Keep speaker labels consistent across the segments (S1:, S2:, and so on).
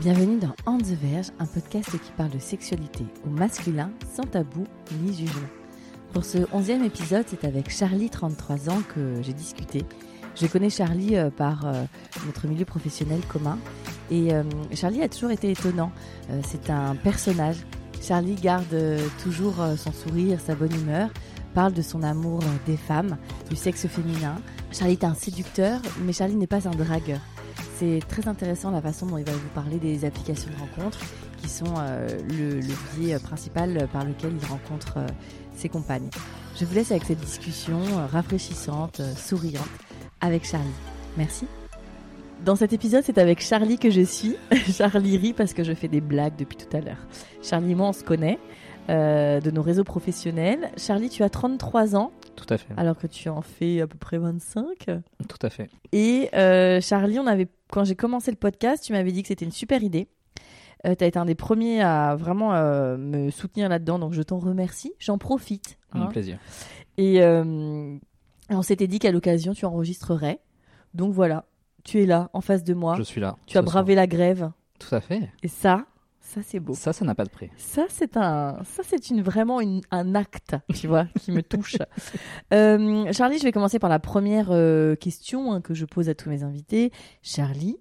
S1: Bienvenue dans On the Verge, un podcast qui parle de sexualité au masculin sans tabou ni jugement. Pour ce onzième épisode, c'est avec Charlie, 33 ans, que j'ai discuté. Je connais Charlie euh, par euh, notre milieu professionnel commun et euh, Charlie a toujours été étonnant. Euh, c'est un personnage. Charlie garde euh, toujours euh, son sourire, sa bonne humeur, parle de son amour euh, des femmes, du sexe féminin. Charlie est un séducteur, mais Charlie n'est pas un dragueur. C'est très intéressant la façon dont il va vous parler des applications de rencontre qui sont euh, le levier euh, principal euh, par lequel il rencontre euh, ses compagnes. Je vous laisse avec cette discussion euh, rafraîchissante, euh, souriante avec Charlie. Merci. Dans cet épisode, c'est avec Charlie que je suis. Charlie rit parce que je fais des blagues depuis tout à l'heure. Charlie et moi, on se connaît euh, de nos réseaux professionnels. Charlie, tu as 33 ans,
S2: Tout à fait,
S1: alors que tu en fais à peu près 25.
S2: tout à fait.
S1: Et euh, Charlie, on avait, quand j'ai commencé le podcast, tu m'avais dit que c'était une super idée. tu as été un des premiers à vraiment euh, me soutenir là-dedans, donc je t'en remercie. J'en profite.
S2: Mon
S1: hein.
S2: plaisir.
S1: Et euh, on s'était dit qu'à l'occasion, tu enregistrerais. Donc voilà, tu es là, en face de moi.
S2: Je suis là.
S1: Tu as
S2: ce
S1: bravé la grève.
S2: soir. Tout à fait.
S1: Et ça, ça c'est beau.
S2: Ça, ça n'a pas de prix.
S1: Ça, c'est un, ça c'est une vraiment une, un acte, tu vois, qui me touche. Euh, Charlie, je vais commencer par la première euh, question hein, que je pose à tous mes invités. Charlie,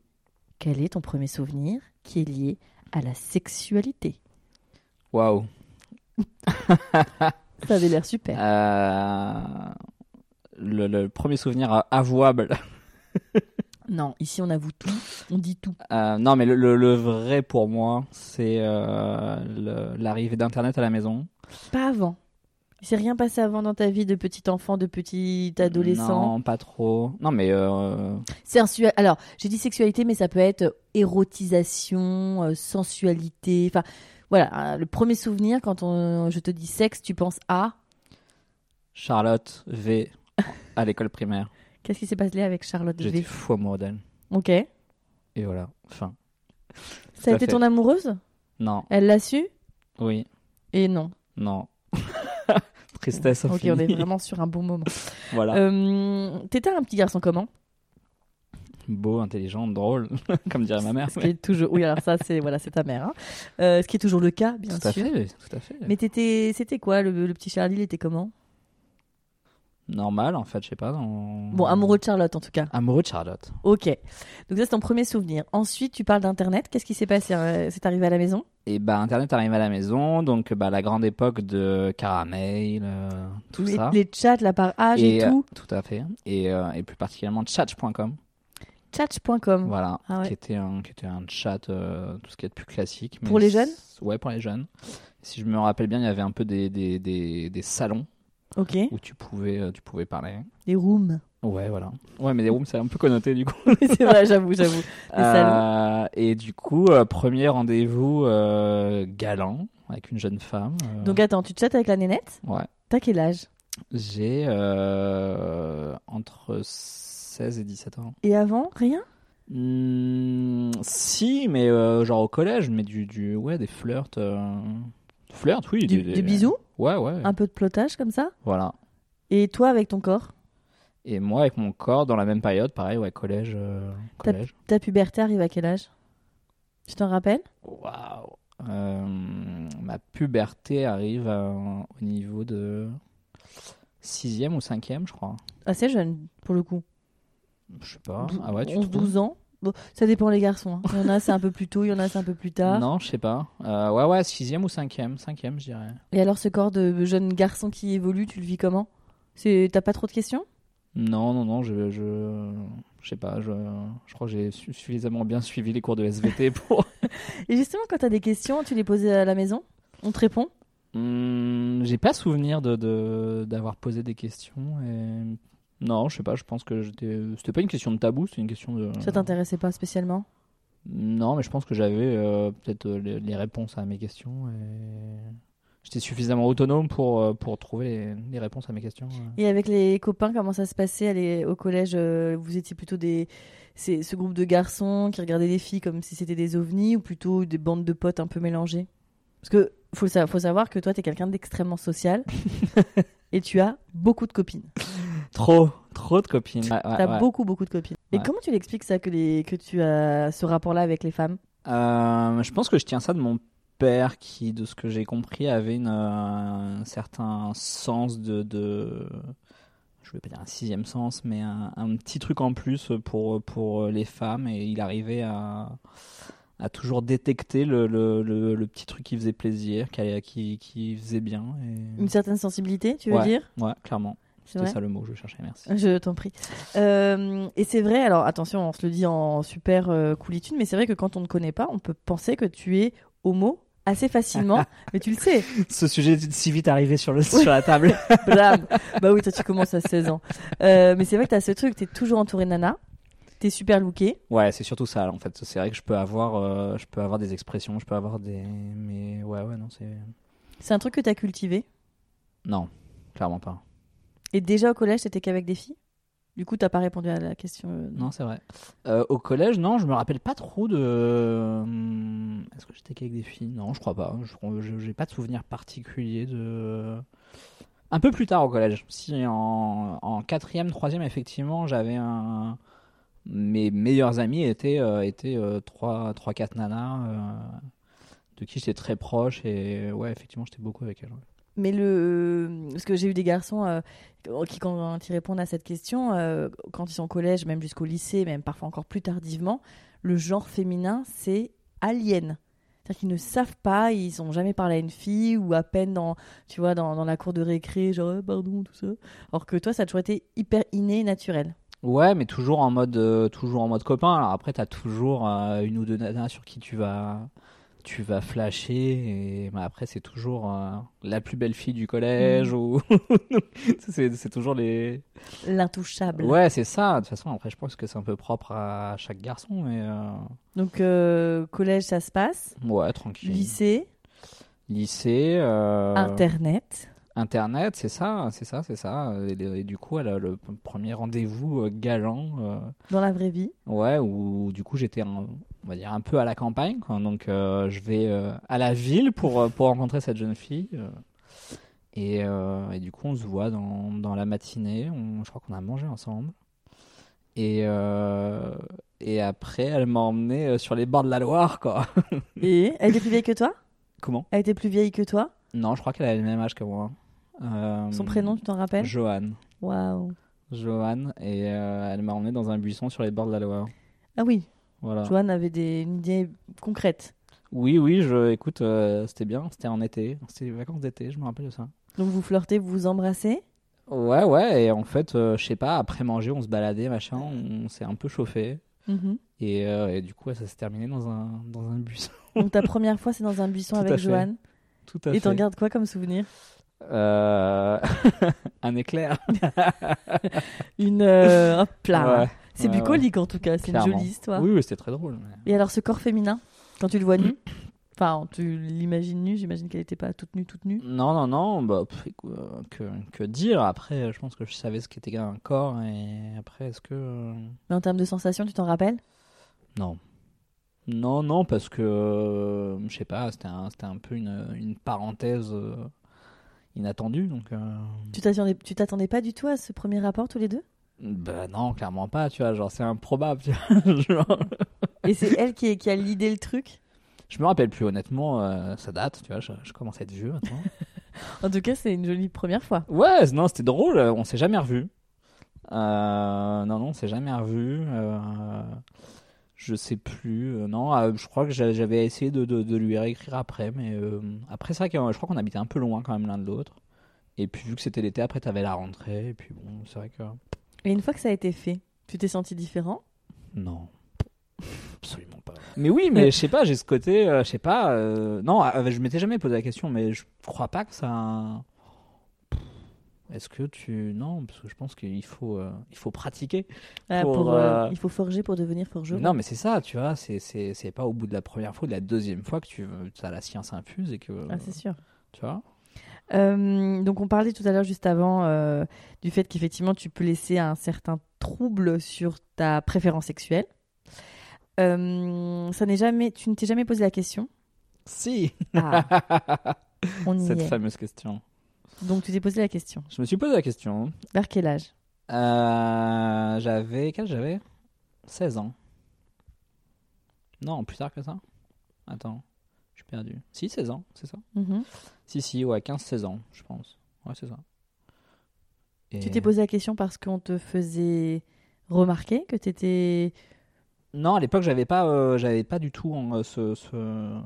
S1: quel est ton premier souvenir qui est lié à la sexualité
S2: Waouh.
S1: Ça avait l'air super.
S2: Euh, Le, le premier souvenir avouable.
S1: Non, ici on avoue tout, on dit tout.
S2: Euh, non, mais le, le- le vrai pour moi, c'est euh, le- l'arrivée d'Internet à la maison.
S1: Pas avant. Il s'est rien passé avant dans ta vie de petit enfant, de petit adolescent.
S2: Non, pas trop. Non, mais euh,
S1: Sensu- Alors, j'ai dit sexualité, mais ça peut être euh, érotisation, euh, sensualité. Enfin, voilà, euh, le premier souvenir quand on, je te dis sexe, tu penses à.
S2: Charlotte V à l'école primaire.
S1: Qu'est-ce qui s'est passé avec Charlotte
S2: J'étais
S1: V
S2: fou amoureux d'elle.
S1: Ok.
S2: Et voilà. Enfin,
S1: Ça a
S2: à
S1: été
S2: fait.
S1: ton amoureuse
S2: non,
S1: Elle l'a su
S2: oui,
S1: Et non.
S2: non. Tristesse
S1: ok,
S2: infinie.
S1: on est vraiment sur un bon moment.
S2: Voilà.
S1: Euh, T'étais un petit garçon comment
S2: Beau, intelligent, drôle, comme dirait ma mère.
S1: Ce qui est toujours. Oui, alors ça, c'est voilà, c'est ta mère. hein. Euh, ce qui est toujours le cas, bien
S2: tout
S1: sûr.
S2: à fait, tout à fait.
S1: Mais t'étais, c'était quoi le, le petit Charlie Il était comment
S2: Normal, en fait, je sais pas. dans-
S1: Bon, amoureux de Charlotte en tout cas.
S2: Amoureux de Charlotte.
S1: Ok. Donc ça, c'est ton premier souvenir. Ensuite, tu parles d'Internet. Qu'est-ce qui s'est passé euh, C'est arrivé à la maison
S2: Et bah, Internet arrive à la maison, donc bah, la grande époque de caramel, euh, tout
S1: les,
S2: ça.
S1: les chats, la par âge et,
S2: euh,
S1: tout.
S2: à fait. Et, euh, et plus particulièrement chat.com,
S1: Chatch.com.
S2: voilà,
S1: Ah ouais.
S2: qui, était un, qui était un chat, euh, tout ce qui est de plus classique. mais
S1: Pour les
S2: c-
S1: jeunes
S2: Ouais, pour les jeunes. Si je me rappelle bien, il y avait un peu des, des, des, des salons
S1: Ok.
S2: où tu pouvais, euh, tu pouvais parler.
S1: Les rooms.
S2: Ouais, voilà. Ouais, mais les rooms, c'est un peu connoté du coup.
S1: c'est vrai, j'avoue, j'avoue. Les
S2: Euh, et du coup, euh, premier rendez-vous euh, galant avec une jeune femme. euh,
S1: Donc attends, tu chattes avec la nénette
S2: ouais.
S1: T'as quel âge
S2: J'ai euh, entre 16 et 17 ans.
S1: Et avant, rien
S2: Hmm, si, mais euh, genre au collège, mais du, du ouais, des flirts. euh, Flirts, oui.
S1: du, Ah.
S2: des-
S1: du bisou
S2: Ouais, ouais.
S1: Un peu de plotage comme ça
S2: Voilà.
S1: Et toi avec ton corps
S2: Et moi, avec mon corps, dans la même période, pareil, ouais, collège. euh,
S1: Ta,
S2: collège.
S1: ta puberté arrive à quel âge Tu t'en rappelles
S2: Waouh. Euh, ma puberté arrive à- au niveau de 6e ou 5e, je crois.
S1: Assez jeune, pour le coup.
S2: Je sais pas. Ah ouais, tu
S1: 11,
S2: trouves
S1: 12 ans. Bon, ça dépend les garçons. hein. Il y en a, c'est un peu plus tôt, il y en a, c'est un peu plus tard.
S2: Non, je sais pas. Euh, ouais, ouais, 6e ou 5e. 5e, je dirais.
S1: Et alors, ce corps de jeune garçon qui évolue, tu le vis comment C'est- T'as pas trop de questions
S2: Non, non, non, je. Je, je sais pas. Je, je crois que j'ai su- suffisamment bien suivi les cours de SVT pour.
S1: Et justement, quand t'as des questions, tu les poses à la maison On te répond
S2: Hmm, j'ai pas souvenir d'avoir de, d'avoir posé des questions. et- Non, je sais pas, je pense que j'étais. C'était pas une question de tabou, c'était une question de.
S1: Ça t'intéressait pas spécialement
S2: Non, mais je pense que j'avais euh, peut-être euh, les, les réponses à mes questions. Et... J'étais suffisamment autonome pour, euh, pour trouver les, les réponses à mes questions. euh. ouais.
S1: Et avec les copains, comment ça se passait aller au collège euh, Vous étiez plutôt des c'est ce groupe de garçons qui regardaient les filles comme si c'était des ovnis ou plutôt des bandes de potes un peu mélangées Parce que faut, sa- faut savoir que toi, t'es quelqu'un d'extrêmement social et tu as beaucoup de copines.
S2: Trop, trop de copines. Ouais, ouais,
S1: T'as
S2: Ah ouais.
S1: beaucoup, beaucoup de copines. Et
S2: Ouais.
S1: comment tu l'expliques ça que, les, que tu as ce rapport-là avec les femmes
S2: Euh, je pense que je tiens ça de mon père qui, de ce que j'ai compris, avait une, euh, un certain sens de, de- Je vais pas dire un sixième sens, mais un, un petit truc en plus pour, pour les femmes. Et il arrivait à, à toujours détecter le, le, le- le petit truc qui faisait plaisir, qui, allait- qui, qui faisait bien.
S1: Une
S2: Et...
S1: certaine sensibilité, tu veux
S2: Ouais.
S1: dire
S2: Ouais, clairement.
S1: C'est
S2: C'était
S1: vrai
S2: ça le mot que je cherchais, merci.
S1: Je t'en prie. Euh, et c'est vrai, alors attention, on se le dit en super euh, coolitude, mais c'est vrai que quand on ne connaît pas, on peut penser que tu es homo assez facilement, mais tu le sais.
S2: Ce sujet est si vite arrivé sur, le, sur la table.
S1: Blam Bah oui, toi tu commences à 16 ans. Euh, mais c'est vrai que t'as ce truc, t'es toujours entouré de nanas, t'es super looké.
S2: Ouais, c'est surtout ça, en fait. C'est vrai que je peux avoir, euh, je peux avoir des expressions, je peux avoir des. Mais ouais, ouais, non, c'est.
S1: C'est un truc que t'as cultivé.
S2: Non, clairement pas.
S1: Et déjà au collège, t'étais qu'avec des filles Du coup, t'as pas répondu à la question. euh,
S2: Non, c'est vrai. Euh, au collège, non, je me rappelle pas trop de. Hum, Est-ce que j'étais qu'avec des filles Non, je crois pas. Je crois- je- J'ai pas de souvenir particulier de. Un peu plus tard au collège. Si en, en quatrième, troisième, effectivement, j'avais un. Mes meilleurs amis étaient, euh, étaient 3, 4 nanas euh, de qui j'étais très proche et ouais, effectivement, j'étais beaucoup avec elles. ouais.
S1: Mais le. Parce que j'ai eu des garçons euh, qui, quand ils répondent à cette question, euh, quand ils sont au collège, même jusqu'au lycée, même parfois encore plus tardivement, le genre féminin, c'est alien. C'est-à-dire qu'ils ne savent pas, ils n'ont jamais parlé à une fille ou à peine dans, tu vois, dans, dans la cour de récré, genre Eh, pardon, tout ça. Alors que toi, ça a toujours été hyper inné et naturel.
S2: Ouais, mais toujours en mode, euh, toujours en mode copain. Alors après, t'as toujours euh, une ou deux nanas sur qui tu vas, tu vas flasher. Et bah, après, c'est toujours euh, la plus belle fille du collège ou c'est c'est toujours les.
S1: L'intouchable.
S2: Ouais, c'est ça. De toute façon, après, je pense que c'est un peu propre à chaque garçon, mais euh,
S1: Donc, euh, collège, ça se passe.
S2: ouais, tranquille.
S1: Lycée,
S2: Lycée, euh,
S1: Internet.
S2: internet, c'est ça, c'est ça, c'est ça. Et, et du coup, elle a le premier rendez-vous euh, galant. euh,
S1: Dans la vraie vie,
S2: Ouais, où du coup j'étais, un- on va dire, un peu à la campagne, quoi. Donc euh, je vais euh, à la ville pour, euh, pour rencontrer cette jeune fille. euh. et, euh, et du coup on se voit dans, dans la matinée, on, je crois qu'on a mangé ensemble. Et, euh, et après elle m'a emmené euh, sur les bords de la Loire, quoi.
S1: et elle était plus vieille que toi
S2: Comment?
S1: Elle était plus vieille que toi
S2: Non, je crois qu'elle avait le même âge que moi. Euh,
S1: Son prénom, tu t'en rappelles
S2: Joanne.
S1: Waouh.
S2: Joanne, et euh, elle m'a emmené dans un buisson sur les bords de la Loire.
S1: Ah oui,
S2: Voilà.
S1: Joanne avait des, une idée concrète.
S2: Oui, oui, je, écoute, euh, c'était bien, c'était en été, c'était les vacances d'été, je me rappelle de ça.
S1: Donc vous flirtez, vous vous embrassez.
S2: Ouais, ouais, et en fait, euh, je sais pas, après manger, on se baladait, machin, on s'est un peu chauffé,
S1: Mm-hmm.
S2: et, euh, et du coup, ouais, ça s'est terminé dans un, dans un bus.
S1: Donc ta première fois, c'est dans un buisson
S2: Tout à
S1: avec
S2: fait,
S1: Joanne.
S2: Tout à
S1: Et t'en
S2: fait.
S1: gardes quoi comme souvenir
S2: Euh, un éclair.
S1: Une euh, hop là.
S2: Ouais.
S1: c'est
S2: ouais,
S1: bucolique en tout cas. C'est une
S2: Clairement.
S1: jolie histoire.
S2: Oui, oui, c'était très drôle. mais-
S1: Et alors ce corps féminin, quand tu le vois nu, enfin tu l'imagines nu, j'imagine qu'elle n'était pas toute nue, toute nue.
S2: Non, non, non, bah, pff, écou- euh, que, que dire après, je pense que je savais ce qu'était un corps, et après, est-ce que... euh,
S1: Mais en termes de sensation, tu t'en rappelles
S2: Non. Non, non, parce que, euh, je sais pas, c'était un, c'était un peu une, une parenthèse euh, inattendue, donc... euh,
S1: Tu t'attendais, tu t'attendais pas du tout à ce premier rapport tous les deux
S2: bah non, clairement pas, tu vois, genre c'est improbable, tu vois. genre.
S1: Et c'est elle qui, est- qui a l'idée le truc.
S2: je me rappelle plus, honnêtement, euh, ça date, tu vois, je, je commence à être vieux maintenant.
S1: En tout cas, c'est une jolie première fois.
S2: ouais, non, c'était drôle, on s'est jamais revus. Euh, non, non, on s'est jamais revus. euh, je sais plus, euh, non, euh, je crois que j'a- j'avais essayé de, de- de lui réécrire après, mais euh, après ça, je crois qu'on habitait un peu loin quand même l'un de l'autre. Et puis vu que c'était l'été, après t'avais la rentrée, et puis bon, c'est vrai que...
S1: Et une fois que ça a été fait, tu t'es senti différent
S2: Non. Absolument pas. Mais oui, mais je sais pas, j'ai ce côté, euh, ah, bah, je sais pas. euh, non, euh, je m'étais jamais posé la question, mais je crois pas que ça. a un- Est-ce que tu. Non, parce que je pense qu'il faut, euh, il faut pratiquer.
S1: Ah,
S2: Pour,
S1: pour, euh,
S2: euh,
S1: Il faut forger pour devenir forgeron.
S2: Non, mais c'est ça, tu vois. C'est, c'est, c'est pas au bout de la première fois ou de la deuxième fois que tu as la science infuse et que.
S1: Ah, c'est sûr.
S2: tu vois
S1: Euh, donc on parlait tout à l'heure juste avant euh, du fait qu'effectivement tu peux laisser un certain trouble sur ta préférence sexuelle. Euh, ça n'est jamais, tu ne t'es jamais posé la question.
S2: Si
S1: Ah, on y
S2: Cette
S1: est.
S2: fameuse question.
S1: Donc tu t'es posé la question.
S2: Je me suis posé la question.
S1: Vers quel âge
S2: Euh, j'avais. Quel âge j'avais 16 ans. Non, plus tard que ça Attends, je suis perdu. Si, 16 ans, c'est ça
S1: Mhm.
S2: Si, si, ouais, 15-16 ans, je pense. Ouais, c'est ça. Et-
S1: Tu t'es posé la question parce qu'on te faisait remarquer que t'étais.
S2: Non, à l'époque, j'avais pas, euh, j'avais pas du tout hein, euh, ce, ce-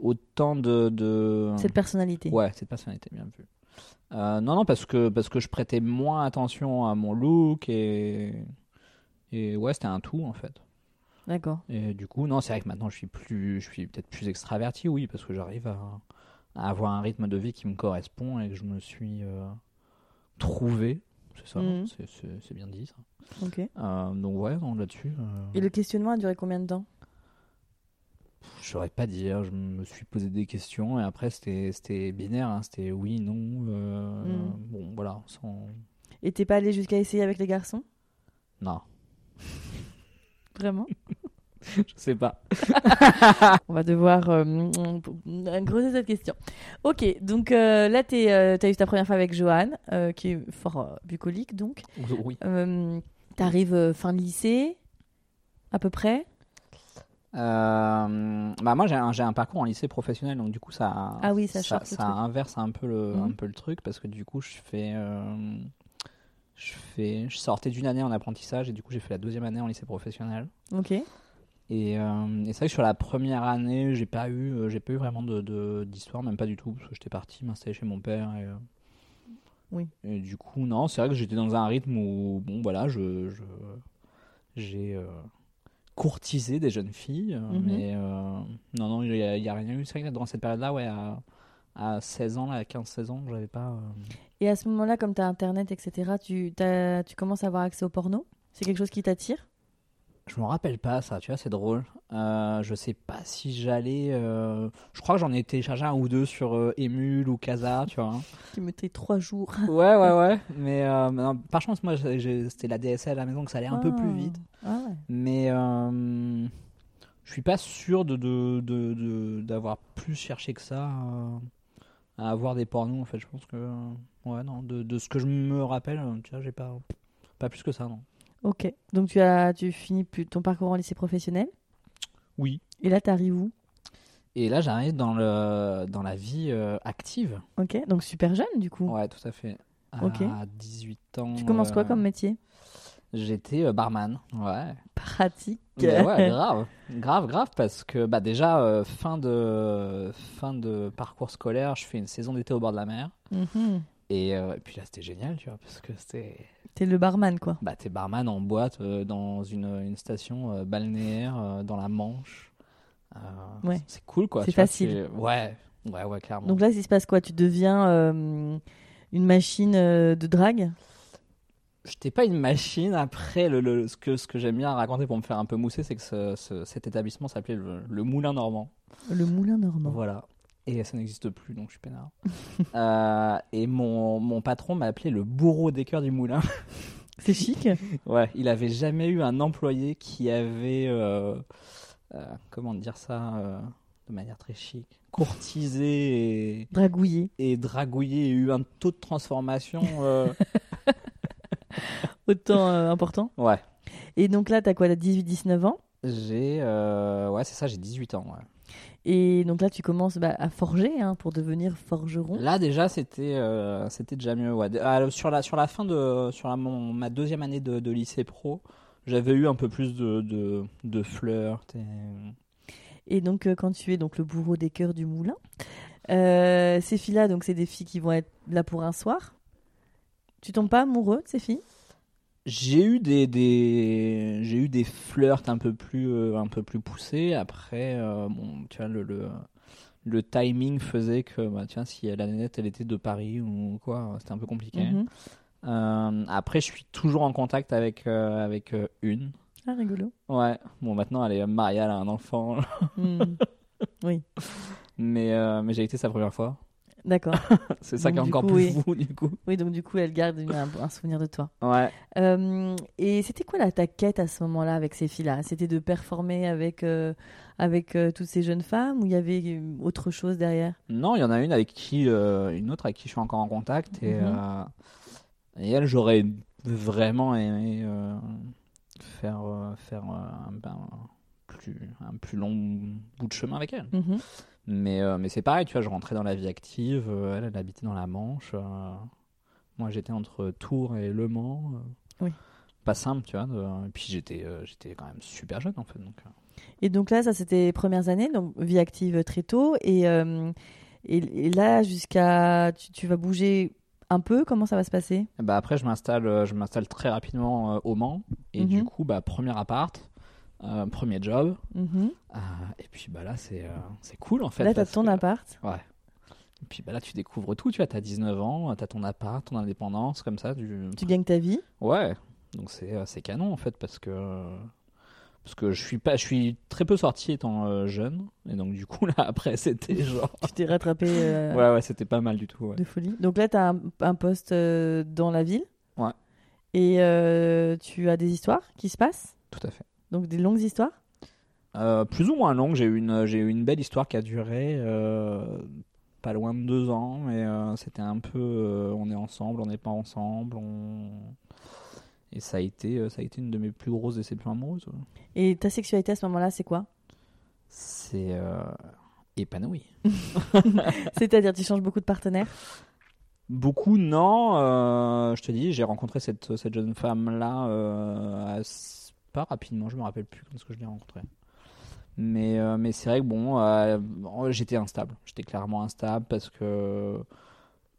S2: autant de, de...
S1: cette personnalité.
S2: Ouais, cette personnalité, bien vu. Euh, non, non, parce que, parce que je prêtais moins attention à mon look et. Et ouais, c'était un tout en fait.
S1: D'accord.
S2: Et du coup, non, c'est vrai que maintenant je suis plus, je suis peut-être plus extraverti, oui, parce que j'arrive à, à avoir un rythme de vie qui me correspond et que je me suis euh, trouvé. C'est ça,
S1: Mhm.
S2: c'est- c'est c'est bien dit ça.
S1: Ok.
S2: Euh, donc ouais, non, là-dessus, euh,
S1: Et le questionnement a duré combien de temps
S2: je saurais pas dire. Je me suis posé des questions et après c'était c'était binaire, hein, c'était oui, non. euh,
S1: Mhm.
S2: Bon, voilà, sans.
S1: Et t'es pas allé jusqu'à essayer avec les garçons
S2: Non,
S1: Vraiment
S2: je sais pas.
S1: On va devoir euh, mm, creuser cette question. Ok, donc euh, là, tu as eu ta première fois avec Johan, euh, qui est fort euh, bucolique, donc.
S2: Oui.
S1: Euh, T'arrives euh, fin de lycée, à peu près.
S2: Euh, bah moi j'ai un, j'ai un parcours en lycée professionnel donc du coup ça
S1: Ah oui, ça shorte le
S2: ça
S1: truc.
S2: inverse un peu le
S1: Mhm.
S2: un peu le truc parce que du coup je fais euh, je fais je sortais d'une année en apprentissage et du coup j'ai fait la deuxième année en lycée professionnel
S1: Ok.
S2: et, euh, et c'est vrai que sur la première année j'ai pas eu euh, j'ai pas eu vraiment de- de d'histoire même pas du tout parce que j'étais parti m'installer chez mon père et euh,
S1: Oui.
S2: et du coup non c'est vrai que j'étais dans un rythme où bon voilà je je- j'ai euh, courtisé des jeunes filles, euh,
S1: Mhm.
S2: mais euh, non, non, il n'y a, il y a rien eu. C'est vrai que dans cette période-là, ouais, à, à 16 ans, là, à 15-16 ans, j'avais pas. euh,
S1: Et à ce moment-là, comme t'as Internet, etc., tu, t'as- tu commences à avoir accès au porno C'est quelque chose qui t'attire
S2: Je me rappelle pas ça, tu vois, c'est drôle. Euh, je sais pas si j'allais. euh, Je crois que j'en ai téléchargé un ou deux sur euh, Emule ou Casa, tu vois.
S1: Tu me tais trois jours.
S2: Ouais, ouais, ouais. Mais euh, non, par chance, moi, j'ai- j'ai- c'était la DSL à la maison, donc ça allait un peu plus vite.
S1: Ah ouais.
S2: Mais euh, je suis pas sûr de, de, de- de- d'avoir plus cherché que ça euh, à avoir des pornos en fait. Je pense que euh, ouais non de, de ce que je me rappelle, euh, tu vois, j'ai pas pas plus que ça non.
S1: Ok. Donc tu as tu finis plus ton parcours en lycée professionnel
S2: Oui.
S1: et là t'arrives où
S2: Et là j'arrive dans le dans la vie euh, active.
S1: Ok. Donc super jeune du coup.
S2: Ouais, tout à fait. À
S1: Ok.
S2: 18 ans.
S1: Tu commences quoi
S2: euh,
S1: comme métier
S2: J'étais euh, barman. Ouais.
S1: Pratique.
S2: Mais ouais, grave, grave, grave, parce que bah déjà euh, fin de fin de parcours scolaire, je fais une saison d'été au bord de la mer.
S1: Mhm.
S2: Et, euh, et puis là, c'était génial, tu vois, parce que c'était.
S1: T'es le barman quoi.
S2: Bah, t'es barman en boîte euh, dans une, une station euh, balnéaire euh, dans la Manche. Euh,
S1: Ouais.
S2: c'est- C'est cool, quoi.
S1: C'est
S2: tu vois,
S1: facile.
S2: c'est- Ouais, ouais, ouais, clairement.
S1: Donc là, il se passe quoi Tu deviens euh, une machine euh, de drague
S2: J'étais pas une machine. Après, le, le- ce que, ce que j'aime bien raconter pour me faire un peu mousser, c'est que ce- ce- cet établissement s'appelait le- le Moulin Normand.
S1: Le moulin normand.
S2: Voilà. Et ça n'existe plus, donc je suis peinard. Euh, et mon, mon patron m'a appelé le bourreau des cœurs du moulin.
S1: C'est chic.
S2: Ouais, il avait jamais eu un employé qui avait, euh, euh, comment dire ça, euh, de manière très chic, courtisé et,
S1: Dragouillé.
S2: et dragouillé et eu un taux de transformation. euh,
S1: Autant euh, important.
S2: Ouais,
S1: Et donc là, t'as quoi T'as 18-19 ans.
S2: j'ai, euh, ouais, c'est ça, j'ai 18 ans. ouais.
S1: Et donc là, tu commences bah, à forger hein, pour devenir forgeron.
S2: Là déjà, c'était, euh, c'était déjà mieux. Ouais. Ah, sur la, sur la fin de, sur la, mon- ma deuxième année de, de lycée pro, j'avais eu un peu plus de, de, de flirt. et-
S1: Et donc, euh, quand tu es donc le bourreau des cœurs du moulin, euh, ces filles-là, donc c'est des filles qui vont être là pour un soir. Tu tombes pas amoureux de ces filles
S2: J'ai eu des, des j'ai eu des flirts un peu plus euh, un peu plus poussés après euh, bon tu vois le, le le timing faisait que, bah, tiens, si la nénette, elle était de Paris ou quoi, c'était un peu compliqué.
S1: Mhm.
S2: Euh, après, je suis toujours en contact avec, euh, avec euh, une.
S1: Ah, rigolo.
S2: Ouais, bon, maintenant, elle est mariée, elle a un enfant,
S1: Hmm.
S2: mais, euh, mais j'ai été sa première fois.
S1: D'accord.
S2: C'est ça qui est
S1: Donc, du
S2: encore
S1: coup,
S2: plus
S1: oui.
S2: fou, du coup.
S1: Oui, donc du coup, elle garde une- un, un souvenir de toi.
S2: Ouais.
S1: Euh, et c'était quoi la ta quête à ce moment-là avec ces filles-là C'était de performer avec, euh, avec euh, toutes ces jeunes femmes ou il y avait euh, autre chose derrière
S2: Non, il y en a une avec qui, euh, une autre avec qui je suis encore en contact et,
S1: Mhm.
S2: euh, et elle j'aurais vraiment aimé euh, faire euh, faire euh, un, ben, un plus un plus long bout de chemin avec elle.
S1: Mhm.
S2: Mais euh, mais c'est pareil, tu vois, je rentrais dans la vie active, euh, elle elle habitait dans la Manche, euh, moi j'étais entre Tours et Le Mans. euh,
S1: Oui.
S2: Pas simple, tu vois. de- et puis j'étais euh, j'étais quand même super jeune en fait donc. euh,
S1: Et donc là, ça c'était les premières années, donc vie active très tôt. Et, euh, et, et là, jusqu'à. Tu, tu vas bouger un peu Comment ça va se passer
S2: Bah après, je m'installe, euh, je m'installe très rapidement euh, au Mans. Et
S1: Mhm.
S2: du coup, bah, premier appart, euh, premier job.
S1: Mhm.
S2: euh, et puis bah là, c'est, euh, c'est cool en fait.
S1: Là, t'as
S2: parce
S1: ton
S2: que-
S1: appart.
S2: Et puis bah là, tu découvres tout. Tu vois, t'as 19 ans, euh, t'as ton appart, ton indépendance, comme ça. Du...
S1: Tu gagnes ta vie.
S2: Ouais. Donc c'est, euh, c'est canon en fait parce que. euh, Parce que je suis pas, je suis très peu sorti étant euh, jeune, et donc du coup là après c'était genre,
S1: Tu t'es rattrapé euh,
S2: ouais ouais c'était pas mal du tout. ouais.
S1: de folie. Donc là, t'as un, un poste euh, dans la ville.
S2: Ouais.
S1: Et euh, tu as des histoires qui se passent.
S2: Tout à fait.
S1: Donc des longues histoires.
S2: Euh, plus ou moins longue. J'ai eu une, j'ai eu une belle histoire qui a duré euh, pas loin de deux ans, mais euh, c'était un peu euh, on est ensemble, on n'est pas ensemble, on... et ça a été, euh, ça a été une de mes plus grosses déceptions amoureuses. ouais.
S1: Et ta sexualité à ce moment-là, c'est quoi
S2: C'est euh, épanoui.
S1: C'est-à-dire, tu changes beaucoup de partenaires.
S2: Beaucoup non. euh, je te dis, j'ai rencontré cette, cette jeune femme là euh, à- pas rapidement. Je me rappelle plus quand est-ce que je l'ai rencontrée. Mais euh, mais c'est vrai que bon, euh, bon, j'étais instable. J'étais clairement instable parce que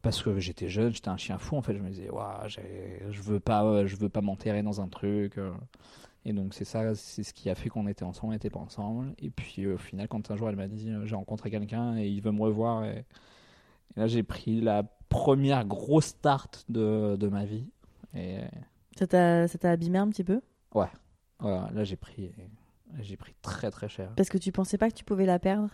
S2: parce que j'étais jeune, j'étais un chien fou en fait. Je me disais, Ouah, j'ai- je veux pas, euh, je veux pas m'enterrer dans un truc. euh. Et donc c'est ça, c'est ce qui a fait qu'on était ensemble, on n'était pas ensemble. Et puis euh, au final, quand un jour elle m'a dit, euh, j'ai rencontré quelqu'un et il veut me revoir, et, et là j'ai pris la première grosse start de, de ma vie. Et euh,
S1: Ça t'a ça t'a abîmé un petit peu
S2: voilà, là j'ai pris, euh, j'ai pris très très cher.
S1: Parce que tu pensais pas que tu pouvais la perdre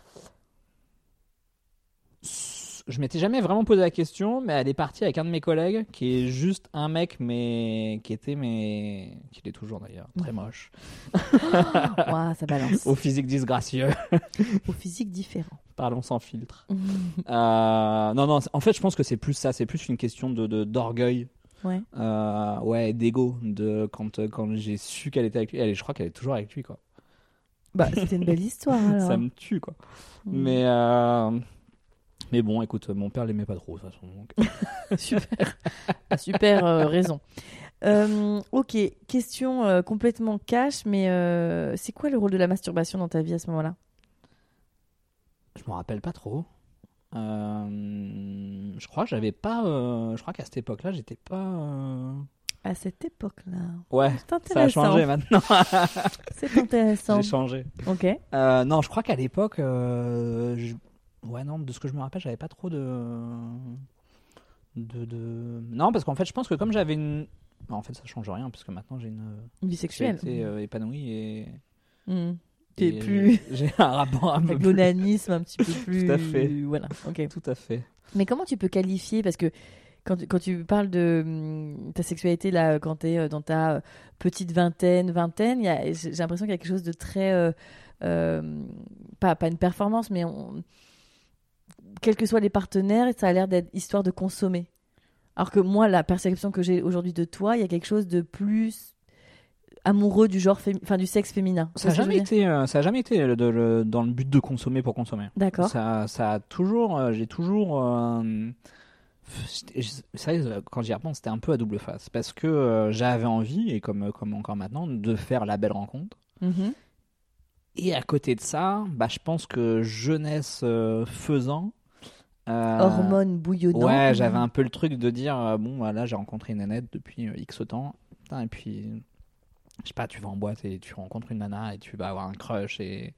S2: Je m'étais jamais vraiment posé la question, mais elle est partie avec un de mes collègues qui est juste un mec, mais qui était mais qui l'est toujours d'ailleurs, très moche,
S1: Ouah, ça balance.
S2: au physique disgracieux,
S1: Au physique différent.
S2: parlons sans filtre. Euh, non non, en fait je pense que c'est plus ça, c'est plus une question de de- d'orgueil.
S1: Ouais.
S2: Euh, ouais, d'ego, de quand euh, quand j'ai su qu'elle était avec lui, elle, est- je crois qu'elle est toujours avec lui quoi.
S1: Bah, c'était une belle histoire alors.
S2: Ça me tue quoi.
S1: Mm.
S2: Mais euh, mais bon, écoute, mon père l'aimait pas trop de toute façon. donc.
S1: Super. Ah, Super euh, raison. Euh, ok, question euh, complètement cash, mais euh, c'est quoi le rôle de la masturbation dans ta vie à ce moment-là
S2: Je m'en rappelle pas trop. Euh, je crois que j'avais pas. euh, je crois qu'à cette époque-là, j'étais pas. euh,
S1: À cette époque-là.
S2: Ouais,
S1: C'est
S2: ça a
S1: intéressant.
S2: changé maintenant.
S1: C'est intéressant.
S2: J'ai changé.
S1: Ok.
S2: Euh, non, je crois qu'à l'époque, euh, je- ouais, non, de ce que je me rappelle, j'avais pas trop de... de, de- Non, parce qu'en fait, je pense que comme j'avais une. Bah, en fait, ça change rien, parce que maintenant j'ai une
S1: Une vie sexuelle.
S2: sexualité euh, épanouie et.
S1: Mm. T'es
S2: et
S1: plus-
S2: J'ai un rapport un peu
S1: Avec
S2: plus.
S1: l'onanisme un petit peu plus.
S2: Tout à fait.
S1: Voilà. Ok.
S2: Tout à fait.
S1: Mais comment tu peux qualifier Parce que quand tu, quand tu parles de hum, ta sexualité, là, euh, quand tu es dans ta euh, petite vingtaine, vingtaine, il y a- j'ai j'ai l'impression qu'il y a quelque chose de très. euh, euh, pas, pas une performance, mais on, quels que soient les partenaires, ça a l'air d'être histoire de consommer. Alors que moi, la perception que j'ai aujourd'hui de toi, il y a quelque chose de plus amoureux du genre fémi- enfin du sexe féminin.
S2: Ça
S1: C'est ce que
S2: a,
S1: je
S2: jamais
S1: veux dire.
S2: été, euh, ça a jamais été le- de- le- dans le but de consommer pour consommer.
S1: D'accord.
S2: Ça, ça a toujours, euh, j'ai toujours. euh, c'était- je- c'est vrai, euh, quand j'y repense, c'était un peu à double face parce que euh, j'avais envie et comme euh, comme encore maintenant de faire la belle rencontre.
S1: Mhm.
S2: Et à côté de ça, bah je pense que jeunesse euh, faisant. euh,
S1: Hormones bouillonnantes.
S2: Ouais, j'avais un peu le truc de dire euh, bon, voilà, j'ai rencontré une nanette depuis euh, X temps. Putain, et puis, je sais pas, tu vas en boîte et tu rencontres une nana et tu vas avoir un crush. Et,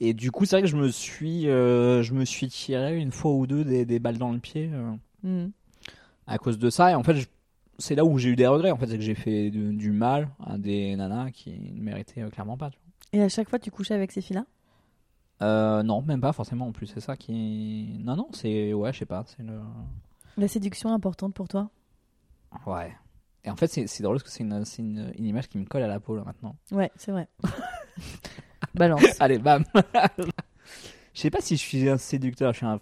S2: Et du coup, c'est vrai que je me suis, euh, je me suis tiré une fois ou deux des, des balles dans le pied euh,
S1: Hmm.
S2: à cause de ça. Et en fait, je- c'est là où j'ai eu des regrets. En fait, c'est que j'ai fait de- du mal à des nanas qui ne méritaient euh, clairement pas. tu vois.
S1: Et à chaque fois, tu couchais avec ces filles-là
S2: Euh, non, même pas forcément. En plus, c'est ça qui. est- Non, non, c'est ouais, je sais pas. C'est le.
S1: La séduction est importante pour toi
S2: Ouais. Et en fait, c'est c'est drôle parce que c'est une, c'est une, une image qui me colle à la peau là maintenant.
S1: Ouais, c'est vrai. Balance.
S2: Allez, bam. Je sais pas si je suis un séducteur. Je suis un-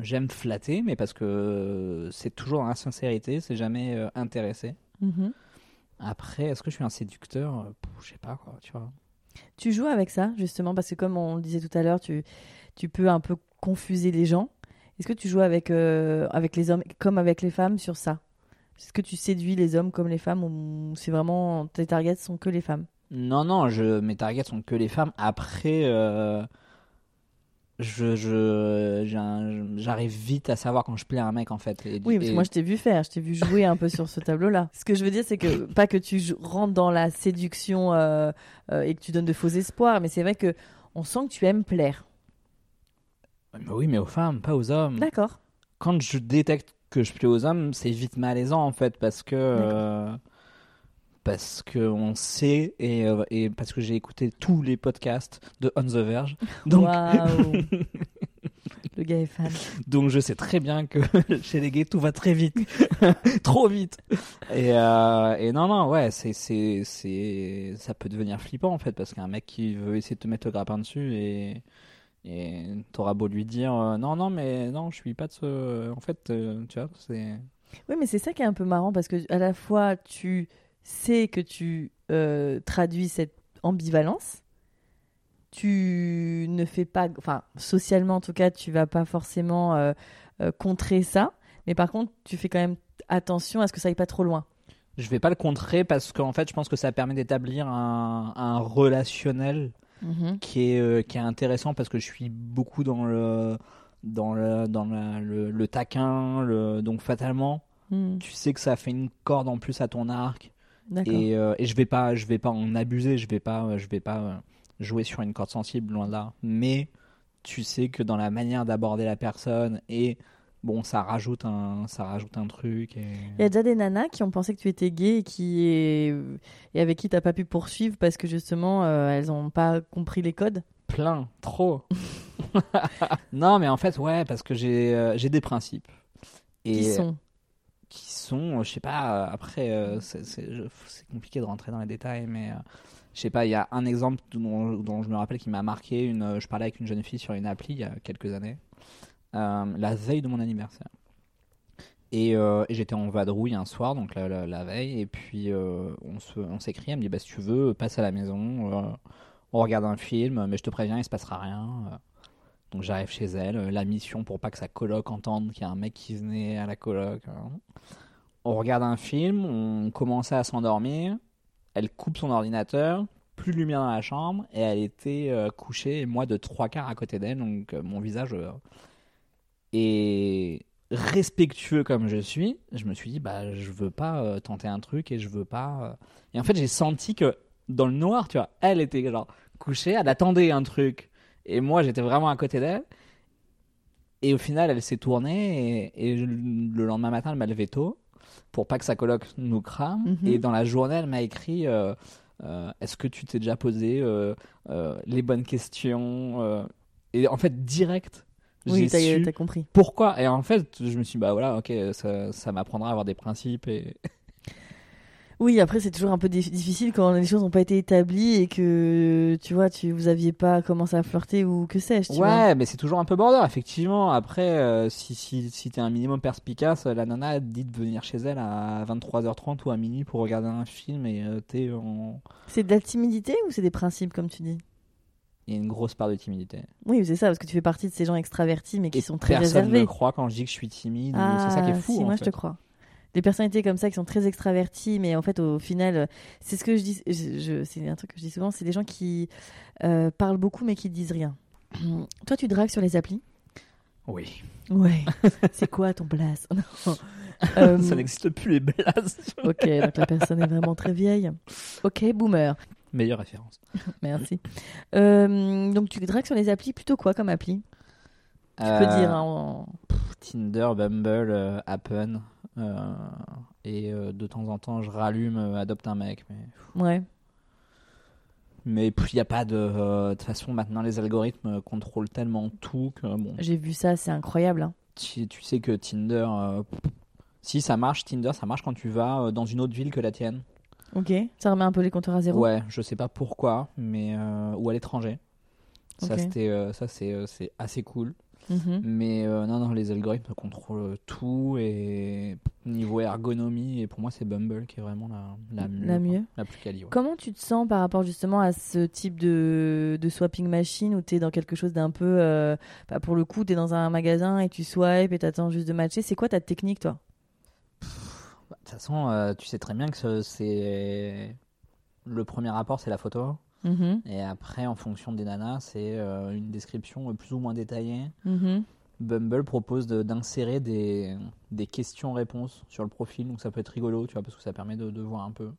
S2: J'aime flatter, mais parce que euh, c'est toujours dans la sincérité, c'est jamais euh, intéressé.
S1: Mhm.
S2: Après, est-ce que je suis un séducteur Euh, pff, Je sais pas quoi, tu vois.
S1: Tu joues avec ça, justement, parce que comme on le disait tout à l'heure, tu, tu peux un peu confuser les gens. Est-ce que tu joues avec, euh, avec les hommes comme avec les femmes sur ça Est-ce que tu séduis les hommes comme les femmes ou c'est vraiment tes targets sont que les femmes
S2: Non, non, je, mes targets sont que les femmes. Après, euh, je, je, j'ai un- j'arrive vite à savoir quand je plais à un mec en fait. Et-
S1: Oui, parce
S2: et-
S1: que moi je t'ai vu faire, je t'ai vu jouer un peu sur ce tableau-là. Ce que je veux dire, c'est que pas que tu jou- rentres dans la séduction euh, euh, et que tu donnes de faux espoirs, mais c'est vrai que on sent que tu aimes plaire.
S2: Mais oui, mais aux femmes, pas aux hommes.
S1: D'accord.
S2: quand je détecte que je plais aux hommes, c'est vite malaisant en fait parce que euh, parce que on sait et, euh, et parce que j'ai écouté tous les podcasts de On the Verge, donc
S1: Waouh. le gars est fan.
S2: donc je sais très bien que chez les gays tout va très vite, trop vite. Et, euh, et non non ouais c'est c'est c'est ça peut devenir flippant en fait parce qu'un mec qui veut essayer de te mettre le grappin dessus et et t'auras beau lui dire euh, non non mais non je suis pas de ce en fait euh, tu vois c'est
S1: Oui, mais c'est ça qui est un peu marrant parce que à la fois tu sais que tu euh, traduis cette ambivalence, tu ne fais pas, enfin socialement en tout cas, tu vas pas forcément euh, euh, contrer ça, mais par contre tu fais quand même attention à ce que ça aille pas trop loin.
S2: Je vais pas le contrer parce qu'en fait, je pense que ça permet d'établir un, un relationnel
S1: Mm-hmm.
S2: qui est, euh, qui est intéressant parce que je suis beaucoup dans le dans le dans la- le, le taquin, le, donc fatalement,
S1: Mhm.
S2: tu sais que ça fait une corde en plus à ton arc
S1: D'accord.
S2: et, euh, et je vais pas je vais pas en abuser, je vais pas euh, je vais pas euh, jouer sur une corde sensible loin de là, mais tu sais que dans la manière d'aborder la personne et bon, ça rajoute un ça rajoute un truc et...
S1: Il y a déjà des nanas qui ont pensé que tu étais gay et, qui est... et avec qui t'as pas pu poursuivre parce que justement euh, elles ont pas compris les codes.
S2: Plein, trop. non, mais en fait, ouais, parce que j'ai euh, j'ai des principes. Et euh,
S1: Qui sont
S2: qui sont, euh, je sais pas, euh, après, euh, c'est- c'est je- c'est compliqué de rentrer dans les détails, mais euh, je sais pas, il y a un exemple dont, dont je me rappelle qui m'a marqué. Une, euh, je parlais avec une jeune fille sur une appli il y a quelques années, euh, la veille de mon anniversaire. Et, euh, et j'étais en vadrouille un soir, donc la, la- la veille, et puis euh, on se- on s'écrit, elle me dit, bah si tu veux, passe à la maison, euh, on regarde un film, mais je te préviens, il se passera rien. euh. Donc j'arrive chez elle, euh, la mission pour pas que sa coloc entende qu'il y a un mec qui venait à la coloc. hein on regarde un film, on commençait à s'endormir, elle coupe son ordinateur, plus de lumière dans la chambre, et elle était euh, couchée, et moi de trois quarts à côté d'elle, donc euh, mon visage... euh, et respectueux comme je suis, je me suis dit, bah je veux pas euh, tenter un truc, et je veux pas... euh. Et en fait j'ai senti que dans le noir, tu vois, elle était genre couchée, elle attendait un truc, et moi j'étais vraiment à côté d'elle. Et au final, elle s'est tournée et, et je- le lendemain matin, elle m'a levé tôt pour pas que sa coloc nous crame.
S1: Mhm.
S2: Et dans la journée, elle m'a écrit euh, euh, Est-ce que tu t'es déjà posé euh, euh, les bonnes questions euh Et en fait, direct,
S1: Oui, t'as
S2: j'ai su
S1: t'as compris.
S2: pourquoi. Et en fait, je me suis dit Bah voilà, ok, ça, ça m'apprendra à avoir des principes. Et...
S1: Oui, après c'est toujours un peu dif- difficile quand les choses n'ont pas été établies et que tu vois, tu vous aviez pas commencé à flirter ou que sais-je. tu vois.
S2: Ouais, mais c'est toujours un peu border, effectivement. Après, euh, si, si, si t'es un minimum perspicace, euh, la nana elle te dit de venir chez elle à 23h30 ou à minuit pour regarder un film et euh, t'es en.
S1: C'est de la timidité ou c'est des principes comme tu dis
S2: Il y a une grosse part de timidité.
S1: Oui, c'est ça parce que tu fais partie de ces gens extravertis mais qui
S2: Et
S1: sont très
S2: personne ne
S1: réservés.
S2: me croit quand je dis que je suis timide. ou-
S1: Ah,
S2: c'est ça qui est fou.
S1: si,
S2: en
S1: moi
S2: fait.
S1: je te crois. Des personnalités comme ça qui sont très extraverties, mais en fait au final, euh, c'est ce que je dis. je- je- c'est un truc que je dis souvent, c'est des gens qui euh, parlent beaucoup mais qui disent rien. Toi, tu dragues sur les applis
S2: Oui.
S1: Ouais. c'est quoi ton place Non. Euh,
S2: Ça n'existe plus les blases.
S1: Ok, donc la personne est vraiment très vieille. Ok, boomer.
S2: Meilleure référence.
S1: Merci. Euh, donc, tu dragues sur les applis plutôt quoi comme appli Tu
S2: Euh,
S1: peux dire. hein, en-
S2: Tinder, Bumble, euh, Happen. euh, et euh, de temps en temps, je rallume, euh, adopte un mec. Mais,
S1: Ouais.
S2: mais puis, il n'y a pas de. euh, De toute façon, maintenant, les algorithmes euh, contrôlent tellement tout que, bon,
S1: J'ai vu ça, c'est incroyable. hein.
S2: tu, tu sais que Tinder. euh, si ça marche, Tinder, ça marche quand tu vas euh, dans une autre ville que la tienne.
S1: Ok. Ça remet un peu les compteurs à zéro.
S2: Ouais, je sais pas pourquoi, mais. euh, ou à l'étranger. Ça,
S1: Ok.
S2: c'était, euh, ça, c'est euh, c'est assez cool.
S1: Mhm.
S2: Mais euh, non, non, les algorithmes contrôlent euh, tout et niveau ergonomie, et pour moi, c'est Bumble qui est vraiment la, la mieux.
S1: La
S2: quoi.
S1: mieux.
S2: La plus quali, ouais.
S1: Comment tu te sens par rapport justement à ce type de, de swapping machine où tu es dans quelque chose d'un peu. euh, bah, pour le coup, tu es dans un magasin et tu swipes et t'attends juste de matcher. C'est quoi ta technique, toi
S2: Bah, De toute façon, euh, tu sais très bien que ce- c'est. Le premier rapport, c'est la photo.
S1: Mhm,
S2: Et après, en fonction des nanas, c'est euh, une description euh, plus ou moins détaillée.
S1: mhm.
S2: Bumble propose de- d'insérer des, des questions-réponses sur le profil, donc ça peut être rigolo, tu vois, parce que ça permet de, de voir un peu.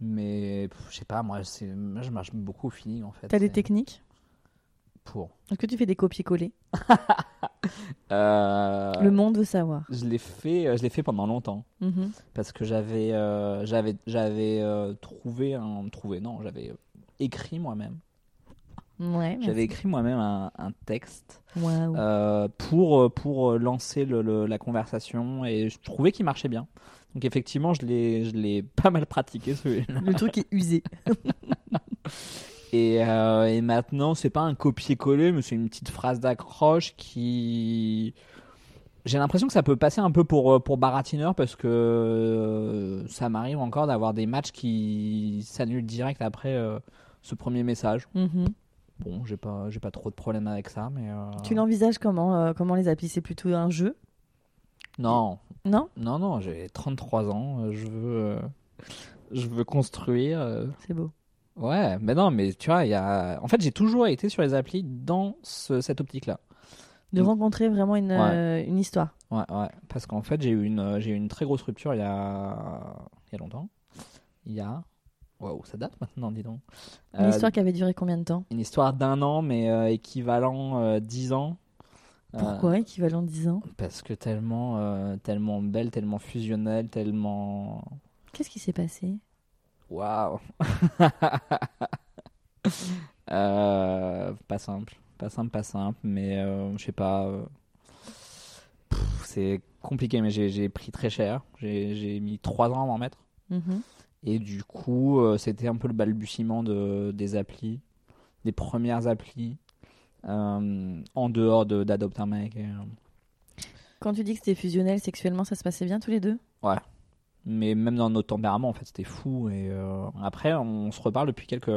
S2: Mais pff, je sais pas, moi, c'est- moi, je marche beaucoup au feeling en fait.
S1: T'as des
S2: C'est
S1: techniques
S2: Pour.
S1: Est-ce que tu fais des copier-coller
S2: Euh,
S1: Le monde veut savoir.
S2: Je l'ai fait, euh, je l'ai fait pendant longtemps
S1: Mhm.
S2: parce que j'avais, euh, j'avais, j'avais euh, trouvé un, trouvé non, j'avais euh, écrit moi-même.
S1: Ouais, Eh, merci.
S2: J'avais écrit moi-même un, un texte
S1: Waouh.
S2: euh, pour euh, pour euh, lancer le- le- la conversation et je trouvais qu'il marchait bien. Donc effectivement, je l'ai, je l'ai pas mal pratiqué celui-là.
S1: Le truc est usé.
S2: Et, euh, et maintenant, c'est pas un copier-coller, mais c'est une petite phrase d'accroche qui. J'ai l'impression que ça peut passer un peu pour, euh, pour baratineur parce que euh, ça m'arrive encore d'avoir des matchs qui s'annulent direct après euh, ce premier message.
S1: Mhm.
S2: Bon, j'ai pas, j'ai pas trop de problème avec ça, mais. euh,
S1: Tu l'envisages comment euh, Comment les applis C'est plutôt un jeu
S2: Non,
S1: Non
S2: non, non, j'ai 33 ans, euh, je veux. euh, Je veux construire. euh,
S1: C'est beau.
S2: Ouais, mais non, mais tu vois, il y a. En fait, j'ai toujours été sur les applis dans ce- cette optique-là.
S1: De
S2: Mm.
S1: rencontrer vraiment une,
S2: Ouais.
S1: euh, une histoire.
S2: Ouais, ouais. Parce qu'en fait, j'ai eu une, euh, j'ai eu une très grosse rupture il y a, il y a longtemps. Il y a. Waouh, ça date maintenant, dis donc.
S1: Une
S2: Euh,
S1: histoire qui avait duré combien de temps
S2: une histoire d'un an, mais euh, équivalent euh, dix ans. Euh,
S1: Pourquoi Équivalent 10 ans
S2: Parce que tellement, euh, tellement belle, tellement fusionnelle, tellement.
S1: Qu'est-ce qui s'est passé
S2: Waouh! Euh, pas simple, pas simple, pas simple, mais euh, je sais pas. euh, pff, C'est compliqué, mais j'ai- j'ai pris très cher. J'ai j'ai mis 3 ans à m'en remettre.
S1: Mhm.
S2: Et du coup, euh, c'était un peu le balbutiement de, des applis, des premières applis, euh, en dehors de- d'Adopt un mec. et, euh,
S1: Quand tu dis que c'était fusionnel sexuellement, ça se passait bien tous les deux
S2: mais même dans nos tempéraments, en fait, c'était fou. Et euh, après, on se reparle depuis quelques,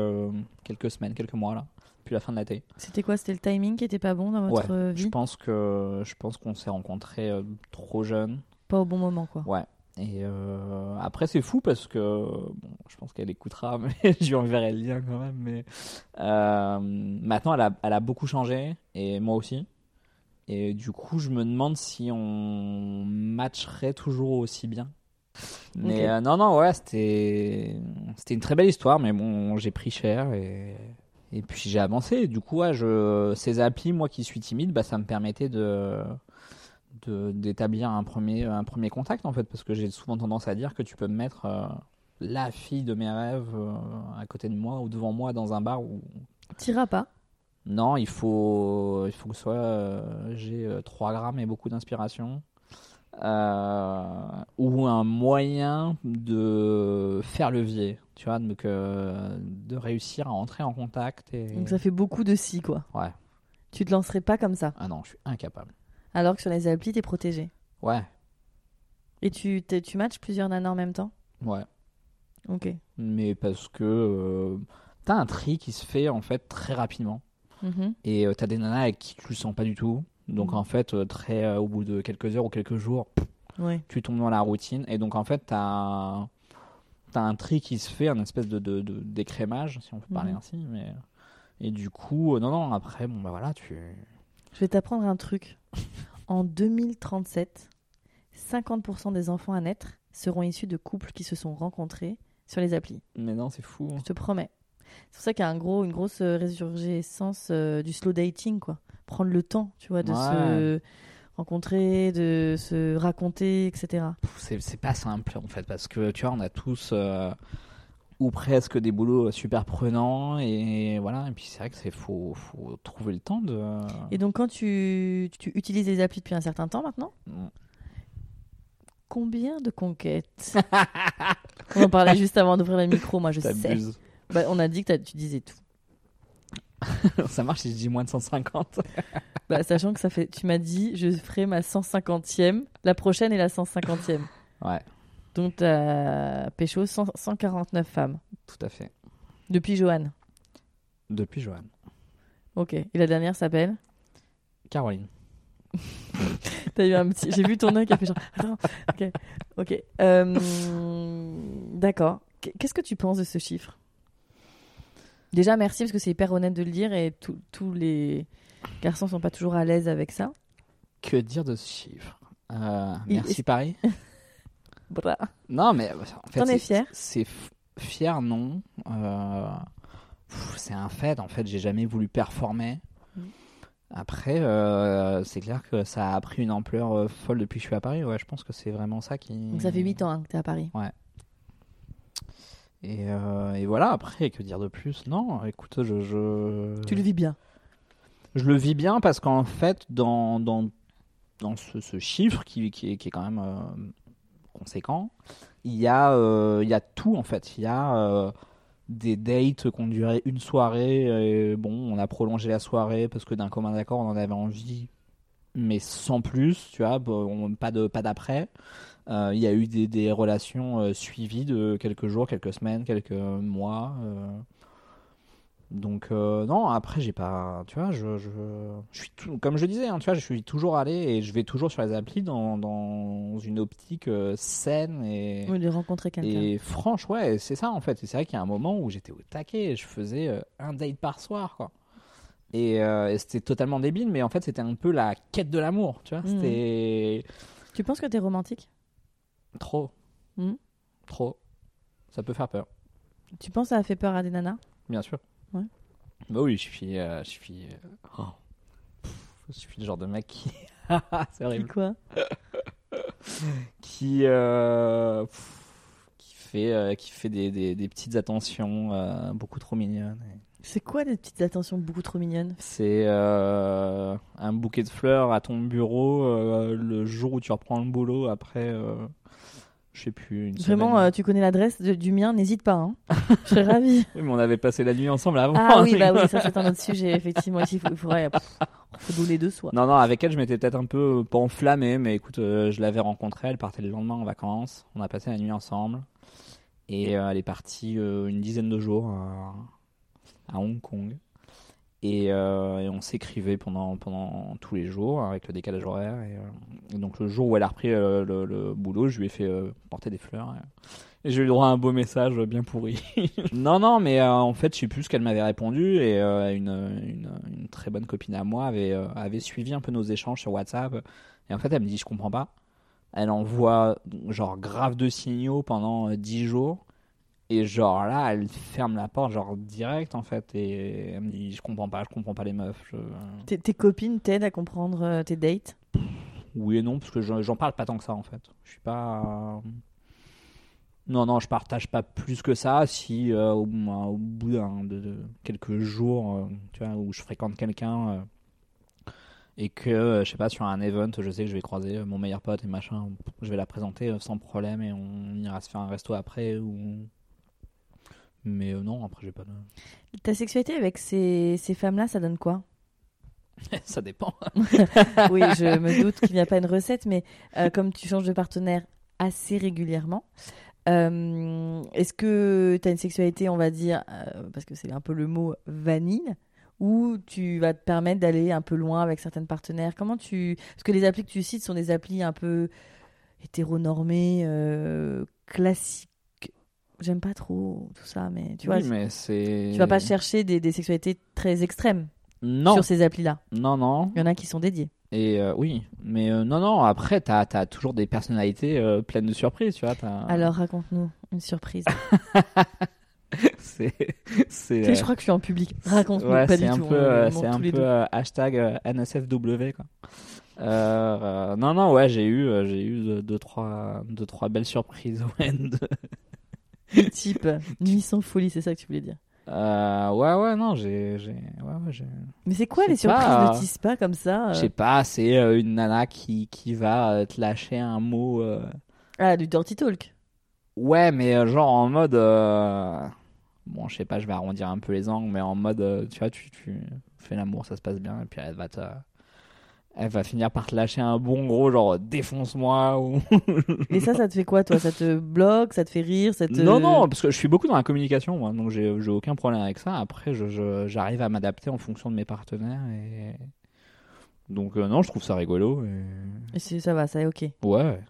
S2: quelques semaines, quelques mois, là, depuis la fin de la télé.
S1: C'était quoi C'était le timing qui était pas bon dans votre euh,
S2: Je
S1: vie
S2: pense que je pense qu'on s'est rencontrés euh, trop jeunes.
S1: Pas au bon moment, quoi.
S2: Et euh, après c'est fou parce que bon, je pense qu'elle écoutera, mais je lui enverrai le lien quand même. Mais euh, maintenant elle a, elle a beaucoup changé et moi aussi. Et du coup je me demande si on matcherait toujours aussi bien. Mais
S1: Ok.
S2: euh, non non ouais c'était c'était une très belle histoire, mais bon j'ai pris cher et et puis j'ai avancé. Et du coup, ouais, je, ces applis, moi qui suis timide, bah, ça me permettait de de- d'établir un premier, un premier contact en fait, parce que j'ai souvent tendance à dire que tu peux me mettre euh, la fille de mes rêves euh, à côté de moi ou devant moi dans un bar où
S1: T'iras pas.
S2: non, il faut il faut que ce soit euh, j'ai euh, 3 grammes et beaucoup d'inspiration. Euh, ou un moyen de faire levier, tu vois, donc euh, de réussir à entrer en contact. Et...
S1: Donc ça fait beaucoup de si, quoi.
S2: Ouais.
S1: Tu te lancerais pas comme ça.
S2: Ah non, je suis incapable.
S1: Alors que sur les applis, t'es protégé.
S2: Ouais,
S1: Et tu, t'es- tu matches plusieurs nanas en même temps
S2: ouais.
S1: Ok.
S2: Mais parce que euh, t'as un tri qui se fait en fait très rapidement.
S1: Mhm.
S2: Et euh, t'as des nanas avec qui tu le sens pas du tout. Donc
S1: Mhm.
S2: en fait, euh, très, euh, au bout de quelques heures ou quelques jours,
S1: Ouais.
S2: tu tombes dans la routine. Et donc en fait, t'as as un tri qui se fait, un espèce de de- de- d'écrémage, si on peut parler
S1: Mhm.
S2: ainsi. Mais... Et du coup, euh, non, non, après, bon bah voilà, tu.
S1: Je vais t'apprendre un truc. En 2037, 50% des enfants à naître seront issus de couples qui se sont rencontrés sur les applis.
S2: Mais non, c'est fou. hein.
S1: Je te promets. C'est pour ça qu'il y a un gros, une grosse euh, résurgence euh, du slow dating, quoi. Prendre le temps, tu vois, de
S2: Ouais.
S1: se rencontrer, de se raconter, etc.
S2: Pff, C'est c'est pas simple en fait, parce que tu vois, on a tous euh, ou presque des boulots super prenants et voilà. Et puis c'est vrai que c'est faut, faut trouver le temps de.
S1: Et donc, quand tu, tu utilises les applis depuis un certain temps maintenant,
S2: Mm.
S1: combien de conquêtes On en parlait juste avant d'ouvrir le micro, moi je sais.
S2: T'abuses.
S1: Bah, on a dit que t'as- tu disais tout.
S2: Ça marche si je dis moins de 150.
S1: Bah, sachant que ça fait, tu m'as dit, je ferai ma 150e, la prochaine est la 150e.
S2: Ouais,
S1: Donc t'as pécho 100 149 femmes
S2: tout à fait.
S1: depuis Johan.
S2: Depuis Joanne.
S1: Ok. Et la dernière s'appelle.
S2: Caroline.
S1: T'as eu un petit. J'ai vu ton œil qui a fait genre. Attends. Ok. Ok. Euh, D'accord. Qu- Qu'est-ce que tu penses de ce chiffre Déjà merci parce que c'est hyper honnête de le dire et tous- tous les garçons sont pas toujours à l'aise avec ça.
S2: Que dire de ce chiffre Euh,
S1: Il-
S2: Merci Paris.
S1: Bra.
S2: Non, mais en fait,
S1: T'en es
S2: c'est-
S1: fier
S2: C'est f- fier, non. Euh, pff, c'est un fait. En fait, j'ai jamais voulu performer.
S1: Mhm.
S2: Après, euh, c'est clair que ça a pris une ampleur euh, folle depuis que je suis à Paris. Ouais, je pense que c'est vraiment ça qui.
S1: Donc ça fait 8 ans hein, que t'es à Paris.
S2: Et, euh, et voilà. Après, que dire de plus Non. Écoute, je je
S1: Tu le vis bien.
S2: je le vis bien parce qu'en fait, dans dans dans ce, ce chiffre qui, qui, est, qui est quand même euh, conséquent, il y, a, euh, il y a tout en fait. Il y a euh, des dates qu'on durait une soirée. Et, bon, on a prolongé la soirée parce que d'un commun d'accord, on en avait envie, mais sans plus, tu vois, bon, on- pas de pas d'après. Euh, il y a eu des, des relations euh, suivies de quelques jours, quelques semaines, quelques mois. euh. Donc euh, non, après j'ai pas, tu vois, je, je, je suis tout- comme je disais, hein, tu vois, je suis toujours allé et je vais toujours sur les applis dans, dans une optique euh, saine et,
S1: Oui, de rencontrer quelqu'un.
S2: et franche, ouais, c'est ça en fait. Et c'est vrai qu'il y a un moment où j'étais au taquet, et je faisais euh, un date par soir, quoi. Et, euh, et c'était totalement débile, mais en fait, c'était un peu la quête de l'amour, tu vois.
S1: Mhm.
S2: C'était
S1: Tu penses que t'es romantique
S2: trop,
S1: Mhm.
S2: trop. Ça peut faire peur,
S1: Tu penses que ça a fait peur à des nanas
S2: bien sûr.
S1: Ouais.
S2: Bah oui, je suis, euh, je suis, euh, oh. Pff, je suis le genre de mec qui, c'est horrible,
S1: Quoi
S2: qui, euh, pff, qui fait, euh, qui fait des, des- des petites attentions euh, beaucoup trop mignonnes. et-
S1: C'est quoi des petites attentions beaucoup trop mignonnes
S2: C'est euh, un bouquet de fleurs à ton bureau euh, le jour où tu reprends le boulot après, euh, je sais plus, une
S1: Vraiment,
S2: semaine.
S1: euh, tu connais l'adresse de- du mien, n'hésite pas. hein. Je serais ravie.
S2: Oui, mais on avait passé la nuit ensemble avant.
S1: euh, Ah oui,
S2: donc-
S1: bah oui, ça c'est un autre sujet, effectivement. Il faut, il faudrait, pff, on fait douler de soi.
S2: Non, non, avec elle, je m'étais peut-être un peu euh, pas enflammé, mais écoute, euh, je l'avais rencontrée, elle partait le lendemain en vacances, on a passé la nuit ensemble, et euh, elle est partie euh, une dizaine de jours euh, à Hong Kong. Et, euh, et on s'écrivait pendant, pendant tous les jours avec le décalage horaire. Et, euh, et donc le jour où elle a repris euh, le, le boulot, je lui ai fait euh, porter des fleurs. et- et j'ai eu le droit à un beau message euh, bien pourri. Non, non, mais euh, en fait, je sais plus ce qu'elle m'avait répondu. Et euh, une, une- une très bonne copine à moi avait, euh, avait suivi un peu nos échanges sur WhatsApp. Et en fait, elle me dit Je comprends pas. Elle envoie genre grave de signaux pendant euh, 10 jours. Et genre là, elle ferme la porte, genre direct en fait. Et elle me dit Je comprends pas, je comprends pas les meufs. je-
S1: Tes, tes copines t'aident à comprendre euh, tes dates
S2: Oui et non, parce que j'en j'en parle pas tant que ça en fait. Je suis pas. euh, Non, non, je partage pas plus que ça. Si euh, au, moins- au bout d'un- de, de quelques jours, euh, tu vois, où je fréquente quelqu'un euh, et que, euh, je sais pas, sur un event, je sais que je vais croiser euh, mon meilleur pote et machin, je vais la présenter euh, sans problème et on ira se faire un resto après. Ou... Mais euh, non, après, j'ai pas de.
S1: Ta sexualité avec ces, ces femmes-là, ça donne quoi
S2: ça dépend.
S1: Oui, je me doute qu'il n'y a pas une recette, mais euh, comme tu changes de partenaire assez régulièrement, euh, est-ce que tu as une sexualité, on va dire, euh, parce que c'est un peu le mot vanille, ou tu vas te permettre d'aller un peu loin avec certaines partenaires Comment tu. Parce que les applis que tu cites sont des applis un peu hétéronormées, euh, classiques. J'aime pas trop tout ça, mais tu vois,
S2: Oui, mais c'est.
S1: tu vas pas chercher des, des sexualités très extrêmes
S2: Non,
S1: sur ces applis-là.
S2: non, non.
S1: Il y en a qui sont dédiées.
S2: Et euh, oui, mais euh, non, non, après, t'as as toujours des personnalités euh, pleines de surprises, tu vois. t'as-
S1: Alors raconte-nous une surprise.
S2: c'est. c'est,
S1: Tu sais,
S2: euh,
S1: je crois que je suis en public. Raconte-moi
S2: ouais,
S1: pas
S2: c'est
S1: du
S2: un
S1: tout.
S2: peu,
S1: on-
S2: euh,
S1: on
S2: c'est
S1: ment
S2: un
S1: tous les
S2: peu
S1: deux.
S2: euh, hashtag euh, NSFW quoi. Euh, euh, non non ouais j'ai eu euh, j'ai eu deux, deux, trois deux trois belles surprises au end.
S1: Du type euh, nuit sans folie, c'est ça que tu voulais dire.
S2: Euh, ouais ouais non j'ai j'ai ouais, ouais, j'ai
S1: Mais c'est quoi
S2: Je
S1: les
S2: sais pas,
S1: surprises
S2: euh,
S1: de Tispa comme ça euh
S2: je sais pas c'est euh, une nana qui qui va euh, te lâcher un mot euh,
S1: Ah, du dirty talk.
S2: ouais mais euh, genre en mode euh, bon je sais pas je vais arrondir un peu les angles mais en mode euh, tu vois tu tu fais l'amour ça se passe bien et puis elle va te elle va finir par te lâcher un bon gros genre défonce-moi ou
S1: Et ça, ça te fait quoi, toi Ça te bloque Ça te fait rire ça te...
S2: Non, non, parce que je suis beaucoup dans la communication, moi, donc j'ai j'ai aucun problème avec ça. Après, je- je- j'arrive à m'adapter en fonction de mes partenaires. Et... Donc, euh, non, je trouve ça rigolo. et-
S1: Et c'est- Ça va, ça est ok.
S2: Ouais.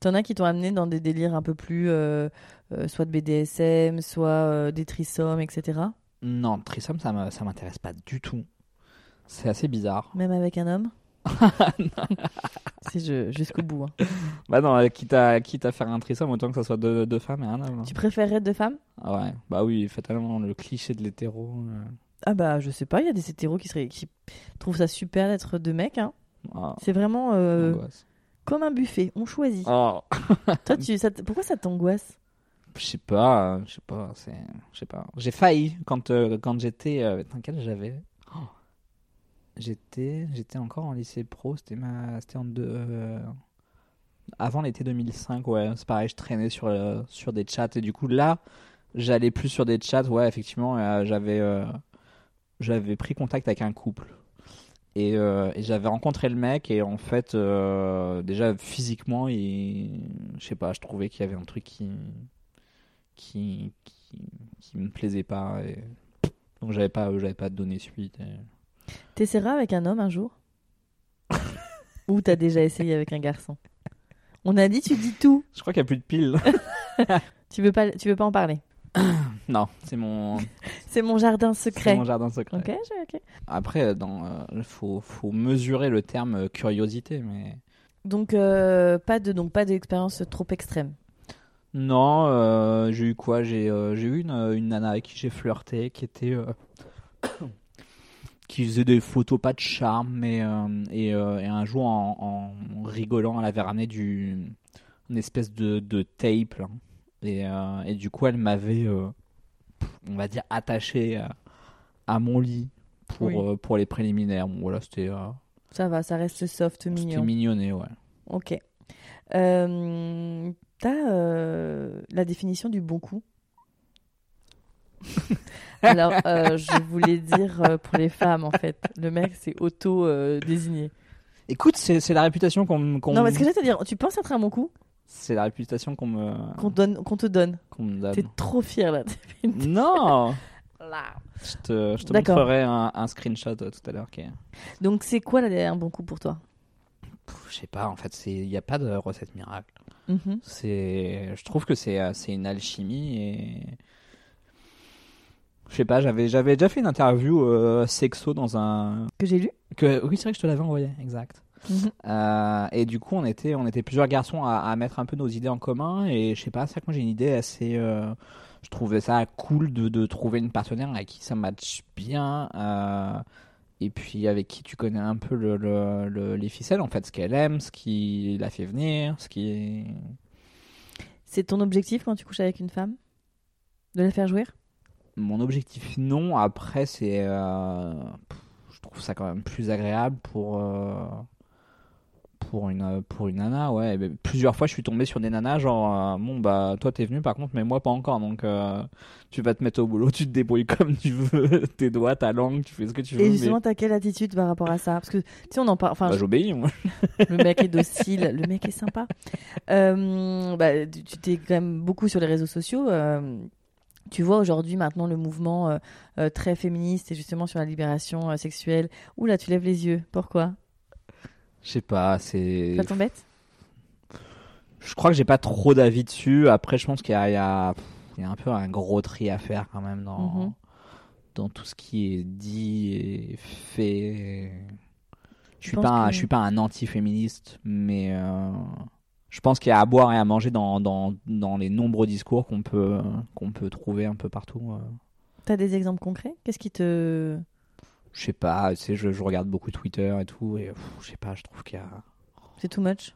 S1: T'en as qui t'ont amené dans des délires un peu plus. euh, euh, soit de BDSM, soit euh, des trisommes, etc.
S2: Non, Trissom, ça me- ça m'intéresse pas du tout. C'est assez bizarre.
S1: Même avec un homme C'est je- jusqu'au bout. hein.
S2: Bah non, euh, quitte à, quitte à faire un Trissom, autant que ça soit deux, deux femmes et un homme. hein.
S1: Tu préférerais deux femmes
S2: Ah ouais, bah oui, fatalement, le cliché de l'hétéro. euh,
S1: Ah bah je sais pas, il y a des hétéros qui, seraient, qui trouvent ça super d'être deux mecs. hein.
S2: ah,
S1: C'est vraiment euh,
S2: angoisse.
S1: comme un buffet, on choisit.
S2: Oh,
S1: Toi, tu, ça t- pourquoi ça t'angoisse
S2: Je sais pas, euh, je sais pas, c'est, je sais pas. J'ai failli quand euh, quand j'étais, euh, putain, quel j'avais. Oh. J'étais, j'étais encore en lycée pro. C'était ma, c'était en deux, euh, avant l'été 2005, ouais. C'est pareil, je traînais sur euh, sur des chats et du coup là, j'allais plus sur des chats. Ouais, effectivement, euh, j'avais euh, j'avais pris contact avec un couple. Et, euh, et j'avais rencontré le mec et en fait euh, déjà physiquement il je sais pas je trouvais qu'il y avait un truc qui qui, qui, qui me plaisait pas. et- Donc j'avais pas, j'avais pas donné suite. et-
S1: T'essaieras avec un homme un jour Ou t'as déjà essayé avec un garçon On a dit, tu dis tout.
S2: Je crois qu'il n'y a plus de piles.
S1: Tu veux pas, tu veux pas en parler.
S2: non, c'est mon,
S1: C'est mon jardin
S2: c'est
S1: secret.
S2: mon jardin secret.
S1: Ok, je- ok.
S2: Après, dans, euh, faut, faut mesurer le terme euh, curiosité, mais
S1: Donc euh, pas de, donc pas d'expérience trop extrême.
S2: non, euh, j'ai eu quoi J'ai, euh, j'ai eu une, euh, une nana avec qui j'ai flirté, qui était, euh, qui faisait des photos pas de charme, mais euh, et, euh, et un jour en, en rigolant, elle avait ramené du, une espèce de, de tape. là. Et, euh, et du coup, elle m'avait, euh, on va dire, attaché à, à mon lit pour,
S1: Oui.
S2: euh, pour les préliminaires. Bon, voilà, c'était euh,
S1: Ça va, ça reste soft,
S2: c'était
S1: mignon.
S2: mignonné, ouais.
S1: Ok. Euh, T'as euh, la définition du bon coup Alors, euh, je voulais dire euh, pour les femmes, en fait. Le mec, c'est auto-désigné.
S2: Écoute, c'est c'est la réputation qu'on me- qu'on
S1: Non, parce que j'allais te dire, tu penses être un bon coup
S2: c'est la réputation qu'on me
S1: qu'on te donne- qu'on te donne
S2: qu'on me
S1: T'es
S2: donne.
S1: trop fier là.
S2: Non, je te, je te
S1: D'accord.
S2: montrerai un, un screenshot euh, tout à l'heure qui est-
S1: Donc, c'est quoi là, un bon coup pour toi
S2: Pff, Je sais pas, en fait, c'est- il n'y a pas de recette miracle.
S1: Mhm.
S2: C'est, je trouve que c'est, euh, c'est une alchimie et je sais pas. J'avais, j'avais déjà fait une interview euh, sexo dans un.
S1: Que j'ai lu
S2: Que oui, c'est vrai que je te l'avais envoyé, exact.
S1: Mhm.
S2: Euh, et du coup, on était, on était plusieurs garçons à, à mettre un peu nos idées en commun. Et je sais pas, c'est vrai que moi j'ai une idée assez. euh, je trouvais ça cool de, de trouver une partenaire avec qui ça match bien. euh, et puis avec qui tu connais un peu le, le- le- les ficelles, en fait, ce qu'elle aime, ce qui la fait venir, ce qui.
S1: C'est ton objectif quand tu couches avec une femme De la faire jouer
S2: Mon objectif, non. Après, c'est. euh, pff, je trouve ça quand même plus agréable pour. euh, pour une, euh, pour une nana, ouais. Mais plusieurs fois, je suis tombé sur des nanas, genre, euh, bon, bah, toi, t'es venu, par contre, mais moi, pas encore. Donc, euh, tu vas te mettre au boulot, tu te débrouilles comme tu veux. Tes doigts, ta langue, tu fais ce que tu veux.
S1: Et
S2: mais-
S1: justement, t'as quelle attitude par rapport à ça Parce que, tu sais, on en parle. Enfin,
S2: Bah, j'obéis, moi.
S1: Le mec est docile, le mec est sympa. Euh, bah, tu tu t'es quand même beaucoup sur les réseaux sociaux. euh, tu vois aujourd'hui maintenant le mouvement euh, euh, très féministe et justement sur la libération euh, sexuelle. Ouh là, tu lèves les yeux. Pourquoi
S2: Je sais pas, c'est.
S1: Ça t'embête
S2: Je crois que j'ai pas trop d'avis dessus. Après, je pense qu'il y a, il y a- pff, il y a un peu un gros tri à faire quand même dans,
S1: Mhm.
S2: dans tout ce qui est dit et fait. Je suis
S1: penses
S2: pas, un-
S1: que-
S2: je suis pas un anti-féministe, mais euh, Je pense qu'il y a à boire et à manger dans, dans, dans les nombreux discours qu'on peut, qu'on peut trouver un peu partout. euh.
S1: T'as des exemples concrets Qu'est-ce qui te.
S2: Je sais pas, tu sais, je, je regarde beaucoup Twitter et tout, et pff, je sais pas, je trouve qu'il y a.
S1: C'est too much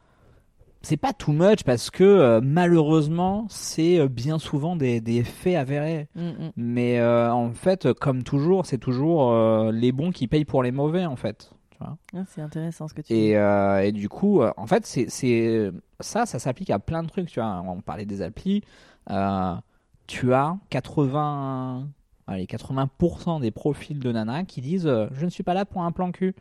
S2: c'est pas too much parce que euh, malheureusement c'est euh, bien souvent des, des faits avérés.
S1: Mm, mm.
S2: Mais euh, en fait, euh, comme toujours, c'est toujours euh, les bons qui payent pour les mauvais en fait. tu vois.
S1: Ah, C'est intéressant ce que tu dis.
S2: Et, euh, et du coup, euh, en fait, c'est c'est- ça, ça s'applique à plein de trucs. Tu vois, on parlait des applis. Euh, tu as 80, allez, 80% des profils de nanas qui disent euh, je ne suis pas là pour un plan cul.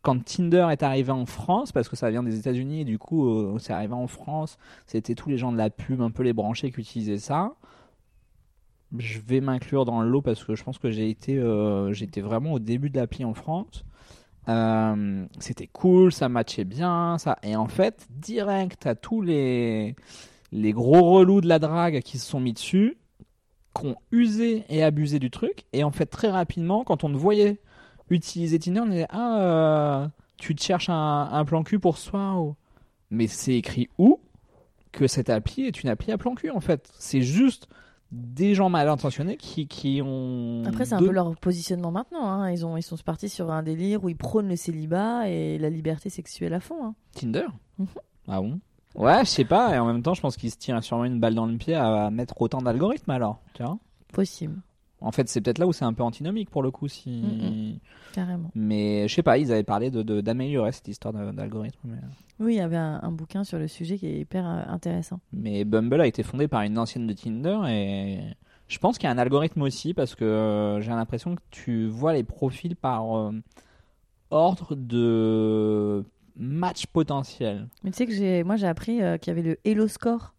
S2: Quand Tinder est arrivé en France, parce que ça vient des États-Unis, et du coup, euh, c'est arrivé en France, c'était tous les gens de la pub, un peu les branchés qui utilisaient ça. Je vais m'inclure dans le lot parce que je pense que j'ai été, euh, j'étais vraiment au début de l'appli en France. Euh, c'était cool, ça matchait bien, ça. Et en fait, direct à tous les les gros relous de la drague qui se sont mis dessus, qui ont usé et abusé du truc. Et en fait, très rapidement, quand on te voyait utiliser Tinder, on disait ah euh, tu te cherches un, un plan cul pour ce soir ou- Mais c'est écrit où que cette appli est une appli à plan cul en fait. C'est juste des gens mal intentionnés qui, qui ont.
S1: Après, c'est un
S2: don-
S1: peu leur positionnement maintenant. hein. Ils, ont, ils sont partis sur un délire où ils prônent le célibat et la liberté sexuelle à fond. hein.
S2: Tinder
S1: Mhm.
S2: Ah bon Ouais, je sais pas, et en même temps, je pense qu'il se tire sûrement une balle dans le pied à mettre autant d'algorithmes alors. Tu vois
S1: Possible,
S2: en fait, c'est peut-être là où c'est un peu antinomique pour le coup. si
S1: Mm, carrément.
S2: Mais je sais pas, ils avaient parlé de- de- d'améliorer cette histoire de- d'algorithme. Mais...
S1: Oui, il y avait un, un bouquin sur le sujet qui est hyper euh, intéressant.
S2: mais Bumble a été fondé par une ancienne de Tinder et je pense qu'il y a un algorithme aussi parce que euh, j'ai l'impression que tu vois les profils par euh, ordre de match potentiel.
S1: Mais tu sais que j'ai, moi, j'ai appris euh, qu'il y avait le Hello Score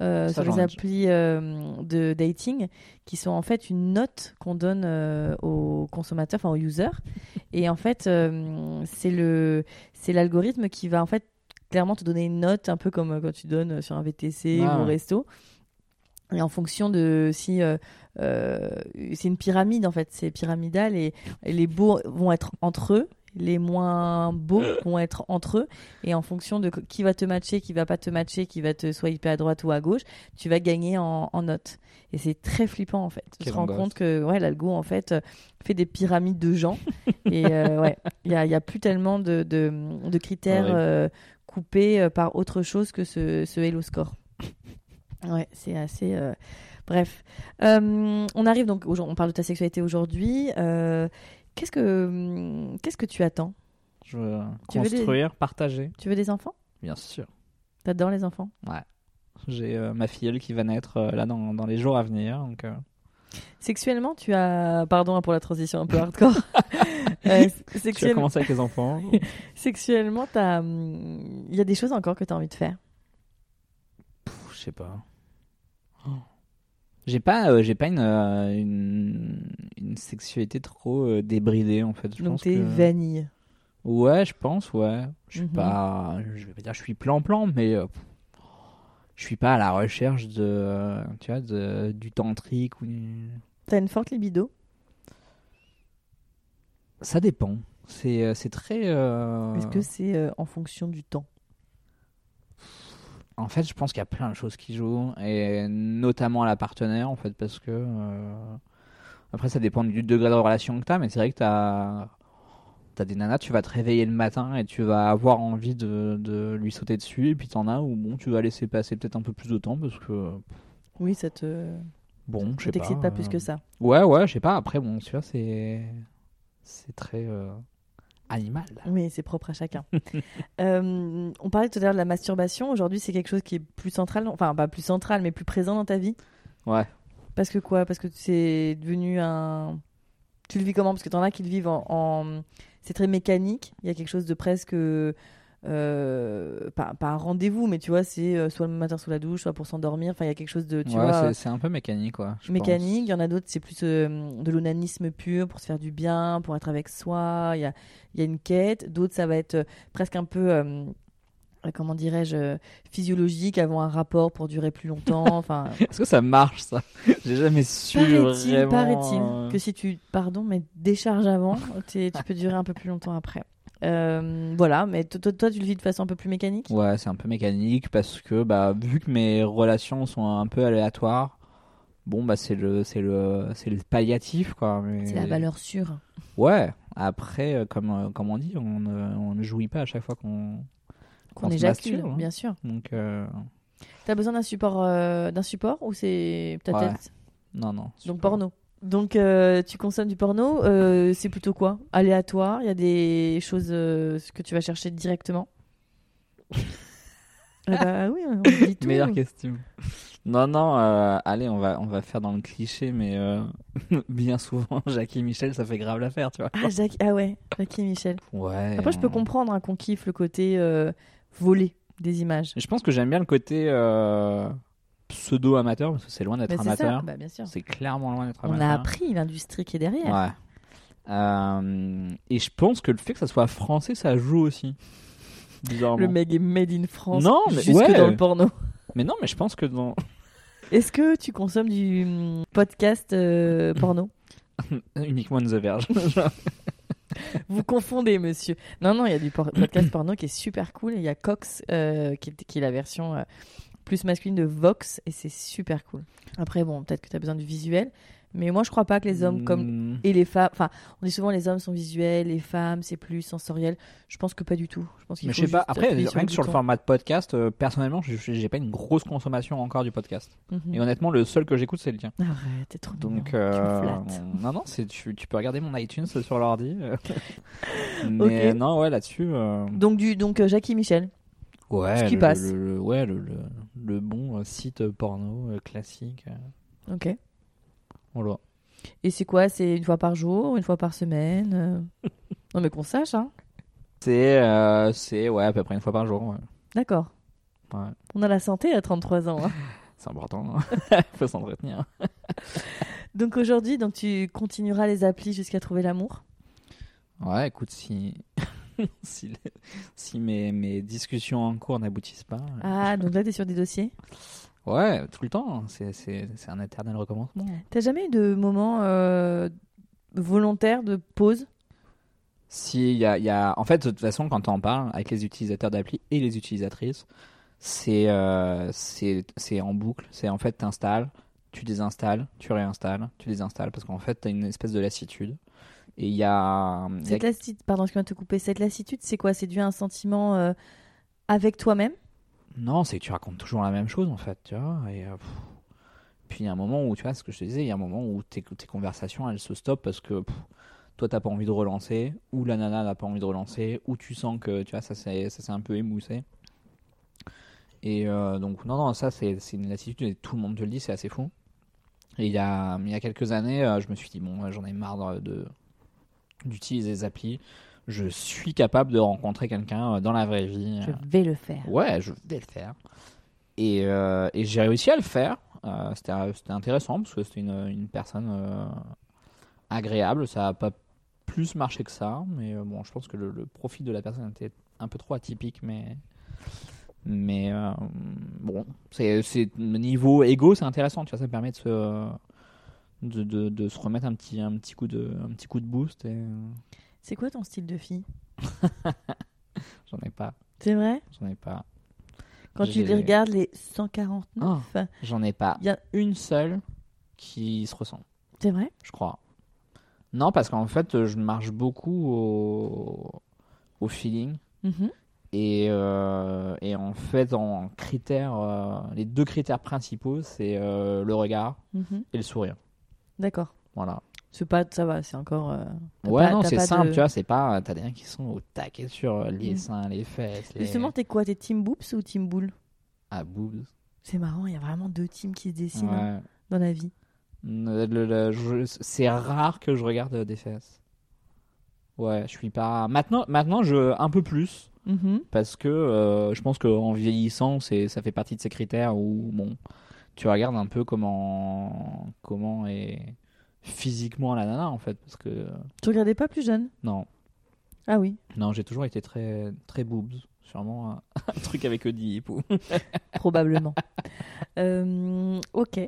S1: euh,
S2: Ça,
S1: sur
S2: j'en
S1: les
S2: ai-
S1: applis euh, de dating, qui sont en fait une note qu'on donne euh, aux consommateurs, enfin aux users. Et en fait, euh, c'est le, c'est l'algorithme qui va en fait clairement te donner une note, un peu comme euh, quand tu donnes sur un VTC
S2: Ah.
S1: ou au resto. Et en fonction de si euh, euh, c'est une pyramide en fait, c'est pyramidal et, et les beaux vont être entre eux, les moins beaux vont être entre eux et en fonction de qui va te matcher, qui va pas te matcher, qui va te swiper à droite ou à gauche, tu vas gagner en, en notes. Et c'est très flippant en fait. Tu
S2: Quelle
S1: te rends
S2: angoisse.
S1: compte que ouais, l'algo en fait euh, fait des pyramides de gens et euh, ouais, il y a, il y a plus tellement de, de- de critères
S2: Horrible.
S1: euh, coupés euh, par autre chose que ce, ce Hello Score. Ouais, c'est assez. euh, Bref, Euh, on arrive donc. aujourd'hui- On parle de ta sexualité aujourd'hui. Euh, qu'est-ce que hum, qu'est-ce que tu attends
S2: Je veux
S1: Tu veux des-
S2: construire, partager.
S1: Tu veux des enfants
S2: Bien sûr.
S1: T'adores les enfants
S2: J'ai euh, ma filleule qui va naître euh, là dans, dans les jours à venir. Donc, euh,
S1: Sexuellement, tu as. Pardon hein, pour la transition un peu hardcore. Euh,
S2: tu vas
S1: sexuel-
S2: commencer avec les enfants.
S1: Sexuellement, t'as, hum, il y a des choses encore que tu as envie de faire.
S2: Pff, Je sais pas. Oh. J'ai pas, euh, j'ai pas une, euh, une, une sexualité trop euh, débridée en fait. Je
S1: donc,
S2: pense
S1: t'es
S2: que-
S1: vanille.
S2: Ouais, je pense, ouais. Je suis
S1: Mhm.
S2: pas, je vais pas dire je suis plan-plan, mais euh, pff, je suis pas à la recherche de, euh, tu vois, de- du tantrique ou. du-
S1: T'as une forte libido.
S2: Ça dépend. C'est, euh, c'est très. euh,
S1: Est-ce que c'est euh, en fonction du temps
S2: En fait, je pense qu'il y a plein de choses qui jouent, et notamment la partenaire, en fait, parce que. euh, Après, ça dépend du degré de relation que t'as, mais c'est vrai que t'as. T'as des nanas, tu vas te réveiller le matin et tu vas avoir envie de, de lui sauter dessus, et puis t'en as où, bon, tu vas laisser passer peut-être un peu plus de temps, parce que.
S1: Oui, ça te.
S2: Bon, je
S1: ça
S2: sais
S1: t'excite pas, plus
S2: euh,
S1: que ça.
S2: Ouais, ouais, je sais pas. Après, bon, tu vois, c'est. C'est très. euh, animal.
S1: Oui, c'est propre à chacun. Euh, on parlait tout à l'heure de la masturbation. Aujourd'hui, c'est quelque chose qui est plus central, enfin pas plus central, mais plus présent dans ta vie.
S2: Ouais.
S1: Parce que quoi Parce que c'est devenu un. Tu le vis comment Parce que t'en as qui le vivent en. en- C'est très mécanique. Il y a quelque chose de presque. euh, pas, pas un rendez-vous, mais tu vois, c'est euh, soit le matin sous la douche, soit pour s'endormir. Enfin, il y a quelque chose de. Tu
S2: ouais,
S1: vois,
S2: c'est- c'est un peu mécanique, quoi. je
S1: mécanique. Il y en a d'autres, c'est plus euh, de l'onanisme pur pour se faire du bien, pour être avec soi. Il y a, il y a une quête. D'autres, ça va être euh, presque un peu, euh, euh, comment dirais-je, euh, physiologique, avant un rapport pour durer plus longtemps. enfin,
S2: pense. Est-ce que ça marche, ça J'ai jamais su.
S1: paraît-il,
S2: vraiment,
S1: paraît-il
S2: euh,
S1: que si tu, pardon, mais décharges avant, t'es- tu peux durer un peu plus longtemps après. Euh, voilà, mais to- to- toi, tu le vis de façon un peu plus mécanique
S2: Ouais, c'est un peu mécanique parce que bah vu que mes relations sont un peu aléatoires, bon bah c'est le c'est le c'est le palliatif quoi. mais-
S3: C'est la valeur sûre.
S2: Ouais. Après, euh, comme euh, comme on dit, on ne on ne jouit pas à chaque fois qu'on
S1: Qu'on
S2: on se
S1: éjacule,
S2: masturbe, hein.
S1: bien sûr.
S2: donc euh,
S1: T'as besoin d'un support, euh, d'un support ou c'est ta
S2: Ouais.
S1: tête
S2: non non.
S1: Donc porno. Donc euh, tu consommes du porno, euh, c'est plutôt quoi Aléatoire Il y a des choses euh, que tu vas chercher directement Ah bah oui, on dit tout.
S2: Meilleure question. Non non, euh, allez on va on va faire dans le cliché mais euh, bien souvent Jackie Michel ça fait grave l'affaire tu vois.
S1: Ah, Jacques, ah ouais, Jackie Michel.
S2: Ouais.
S1: Après, je peux
S2: on-
S1: comprendre hein, qu'on kiffe le côté euh, volé des images.
S2: Je pense que j'aime bien le côté pseudo amateur parce que c'est loin d'être
S1: Mais c'est ça,
S2: amateur.
S1: bah, bien sûr.
S2: C'est clairement loin d'être
S1: On
S2: amateur.
S1: a appris l'industrie qui est derrière.
S2: Ouais. Euh, et je pense que le fait que ça soit français, ça joue aussi. Bizarrement.
S1: Le mec est made in France.
S2: Non, mais-
S1: jusque
S2: ouais.
S1: dans le porno.
S2: Mais non, mais je pense que dans.
S1: Est-ce que tu consommes du hum, podcast euh, porno
S2: Uniquement de The Verge.
S1: Vous confondez, monsieur. Non, non, il y a du por- podcast porno qui est super cool. Il y a Cox, euh, qui, est- qui est la version euh, plus masculine de Vox, et c'est super cool. Après, bon, peut-être que tu as besoin du visuel, mais moi, je crois pas que les hommes comme
S2: Mm,
S1: et les femmes, enfin, on dit souvent les hommes sont visuels, les femmes c'est plus sensoriel. Je pense que pas du tout. Je pense qu'il
S2: Mais
S1: faut
S2: je sais pas,
S1: juste
S2: après,
S1: appuyer
S2: rien que sur le
S1: bouton.
S2: format de podcast, euh, personnellement, j'ai- j'ai pas une grosse consommation encore du podcast.
S1: Mhm.
S2: Et honnêtement, le seul que j'écoute, c'est le tien.
S1: Arrête, t'es trop mignon,
S2: Donc,
S1: tu me
S2: euh,
S1: flattes.
S2: non, non, c'est- tu, tu peux regarder mon iTunes sur l'ordi. euh.
S1: Ok.
S2: Mais non, ouais, là-dessus. euh,
S1: Donc du donc euh, Jackie Michel.
S2: Ouais,
S1: Ce qui
S2: le,
S1: passe.
S2: le- le- ouais, le, le- le bon euh, site porno euh, classique. euh,
S1: Ok.
S2: on le voit.
S1: Et c'est quoi C'est une fois par jour, une fois par semaine euh Non mais qu'on sache, hein.
S2: C'est euh, c'est, ouais, à peu près une fois par jour. ouais.
S1: D'accord.
S2: Ouais.
S1: On a la santé à 33 ans. hein.
S2: C'est important. hein. Faut s'entretenir.
S1: donc aujourd'hui, donc tu continueras les applis jusqu'à trouver l'amour.
S2: Ouais, écoute, si, si, le- si mes, mes discussions en cours n'aboutissent pas. euh,
S1: Ah, donc là t'es sur des dossiers.
S2: Ouais, tout le temps. hein. C'est- C'est c'est un éternel recommencement.
S1: T'as jamais eu de moment euh, volontaire de pause
S2: Si, il y a, il y a- En fait, de toute façon, quand on parle avec les utilisateurs d'appli et les utilisatrices, c'est euh, c'est c'est en boucle. C'est en fait, t'installes, tu désinstalles, tu réinstalles, tu désinstalles, parce qu'en fait, t'as une espèce de lassitude. Et il y a. il y a-
S1: Cette lassitude, pardon, je viens de te couper. Cette lassitude, c'est quoi C'est dû à un sentiment euh, avec toi-même
S2: Non, c'est que tu racontes toujours la même chose, en fait, tu vois. Et, euh, pff. Puis il y a un moment où, tu vois, ce que je te disais, il y a un moment où tes, tes conversations, elles se stoppent parce que pff, toi, t'as pas envie de relancer, ou la nana n'a pas envie de relancer, ou tu sens que, tu vois, ça s'est ça s'est un peu émoussé. Et euh, donc, non, non, ça, c'est c'est une lassitude, et tout le monde te le dit, c'est assez fou. Et il y a, il y a quelques années, euh, je me suis dit, bon, j'en ai marre de- de- d'utiliser les applis. Je suis capable de rencontrer quelqu'un euh, dans la vraie vie.
S3: Je vais le faire.
S2: Ouais, je vais le faire. Et, euh, et j'ai réussi à le faire. Euh, c'était, c'était intéressant parce que c'était une, une personne euh, agréable. Ça n'a pas plus marché que ça. Mais euh, bon, je pense que le, le profil de la personne était un peu trop atypique. Mais, mais euh, bon, c'est, c'est niveau égo, c'est intéressant. Tu vois, ça permet de se, de, de- de se remettre un petit, un, petit coup de, un petit coup de boost. Et, euh,
S1: C'est quoi ton style de fille
S2: j'en ai pas.
S1: C'est vrai
S2: J'en ai pas.
S1: Quand tu
S2: J'ai-
S1: les regardes, les
S3: Ah.
S1: 149,
S2: J'en ai pas.
S1: Il y a-
S2: une seule qui se ressemble.
S1: c'est vrai
S2: je crois. Non, parce qu'en fait, je marche beaucoup au, au feeling.
S1: Mhm.
S2: Et, euh, et en fait, en critères, euh, les deux critères principaux, c'est euh, le regard
S1: Mhm.
S2: et le sourire.
S1: D'accord.
S2: Voilà.
S1: C'est pas, ça va, c'est encore. euh, t'as
S2: Ouais,
S1: pas-
S2: non,
S1: t'as
S2: c'est
S1: pas
S2: simple,
S1: de-
S2: tu vois, c'est pas. T'as des gens qui sont au taquet sur euh, les
S1: Mhm.
S2: seins, les fesses, les.
S1: Justement, t'es quoi T'es team boobs ou team boule
S2: Ah, boobs.
S1: C'est marrant, il y a vraiment deux teams qui se dessinent hein,
S2: Ouais.
S1: dans la vie.
S2: Le- Euh, le- le- je- c'est rare que je regarde euh, des fesses. Ouais, je suis pas. Maintenant, maintenant je. Un peu plus.
S1: Mhm.
S2: parce que euh, je pense qu'en vieillissant, c'est, ça fait partie de ces critères où bon, tu regardes un peu comment, comment est physiquement la nana en fait, parce que euh,
S1: Tu regardais pas plus jeune
S2: non,
S1: Ah oui.
S2: non, j'ai toujours été très, très boobs, sûrement un, un truc avec Oedipe ou
S1: probablement. Euh, ok.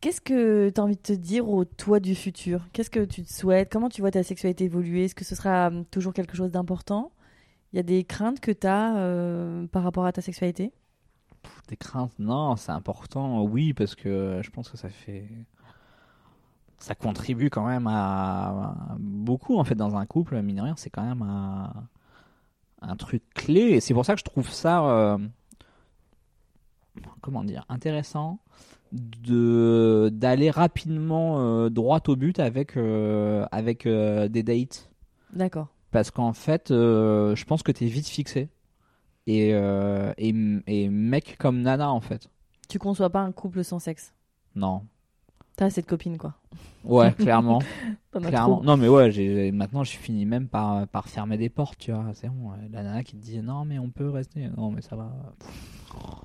S1: Qu'est-ce que tu as envie de te dire au toi du futur Qu'est-ce que tu te souhaites Comment tu vois ta sexualité évoluer Est-ce que ce sera hum, toujours quelque chose d'important Il y a des craintes que tu as par rapport à ta sexualité
S2: Pff, Des craintes, non, c'est important. Oui, parce que je pense que ça fait. Ça contribue quand même à. à Beaucoup, en fait, dans un couple, mine de rien, c'est quand même un. un truc clé. Et c'est pour ça que je trouve ça. euh, Comment dire Intéressant de d'aller rapidement euh, droit au but avec euh, avec euh, des dates
S1: D'accord.
S2: parce qu'en fait, euh, je pense que t'es vite fixé. Et, euh, et, et mec comme Nana, en fait.
S1: Tu conçois pas un couple sans sexe
S2: Non.
S1: T'as assez de copines, quoi.
S2: Ouais, clairement.
S1: T'en as
S2: clairement.
S1: trop.
S2: Non, mais ouais, j'ai- j'ai- maintenant, je finis même par, par fermer des portes, tu vois. C'est bon, euh, la nana qui te dit non, mais on peut rester. Non, mais ça va. Pff.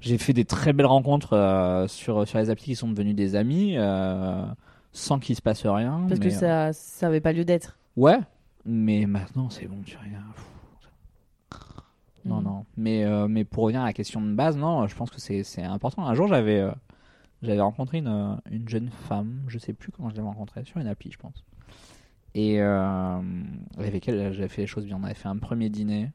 S2: J'ai fait des très belles rencontres euh, sur, sur les applis qui sont devenues des amis euh, sans qu'il se passe rien.
S1: Parce que
S2: mais, euh,
S1: ça ça avait pas lieu d'être.
S2: Ouais, mais maintenant, c'est bon, tu rien. Non,
S1: Mhm.
S2: non. Mais, euh, mais pour revenir à la question de base, non, je pense que c'est c'est important. Un jour, j'avais euh, j'avais rencontré une, euh, une jeune femme, je sais plus comment je l'avais rencontrée, sur une appli, je pense. Et euh, avec elle, j'avais fait les choses bien. On avait fait un premier dîner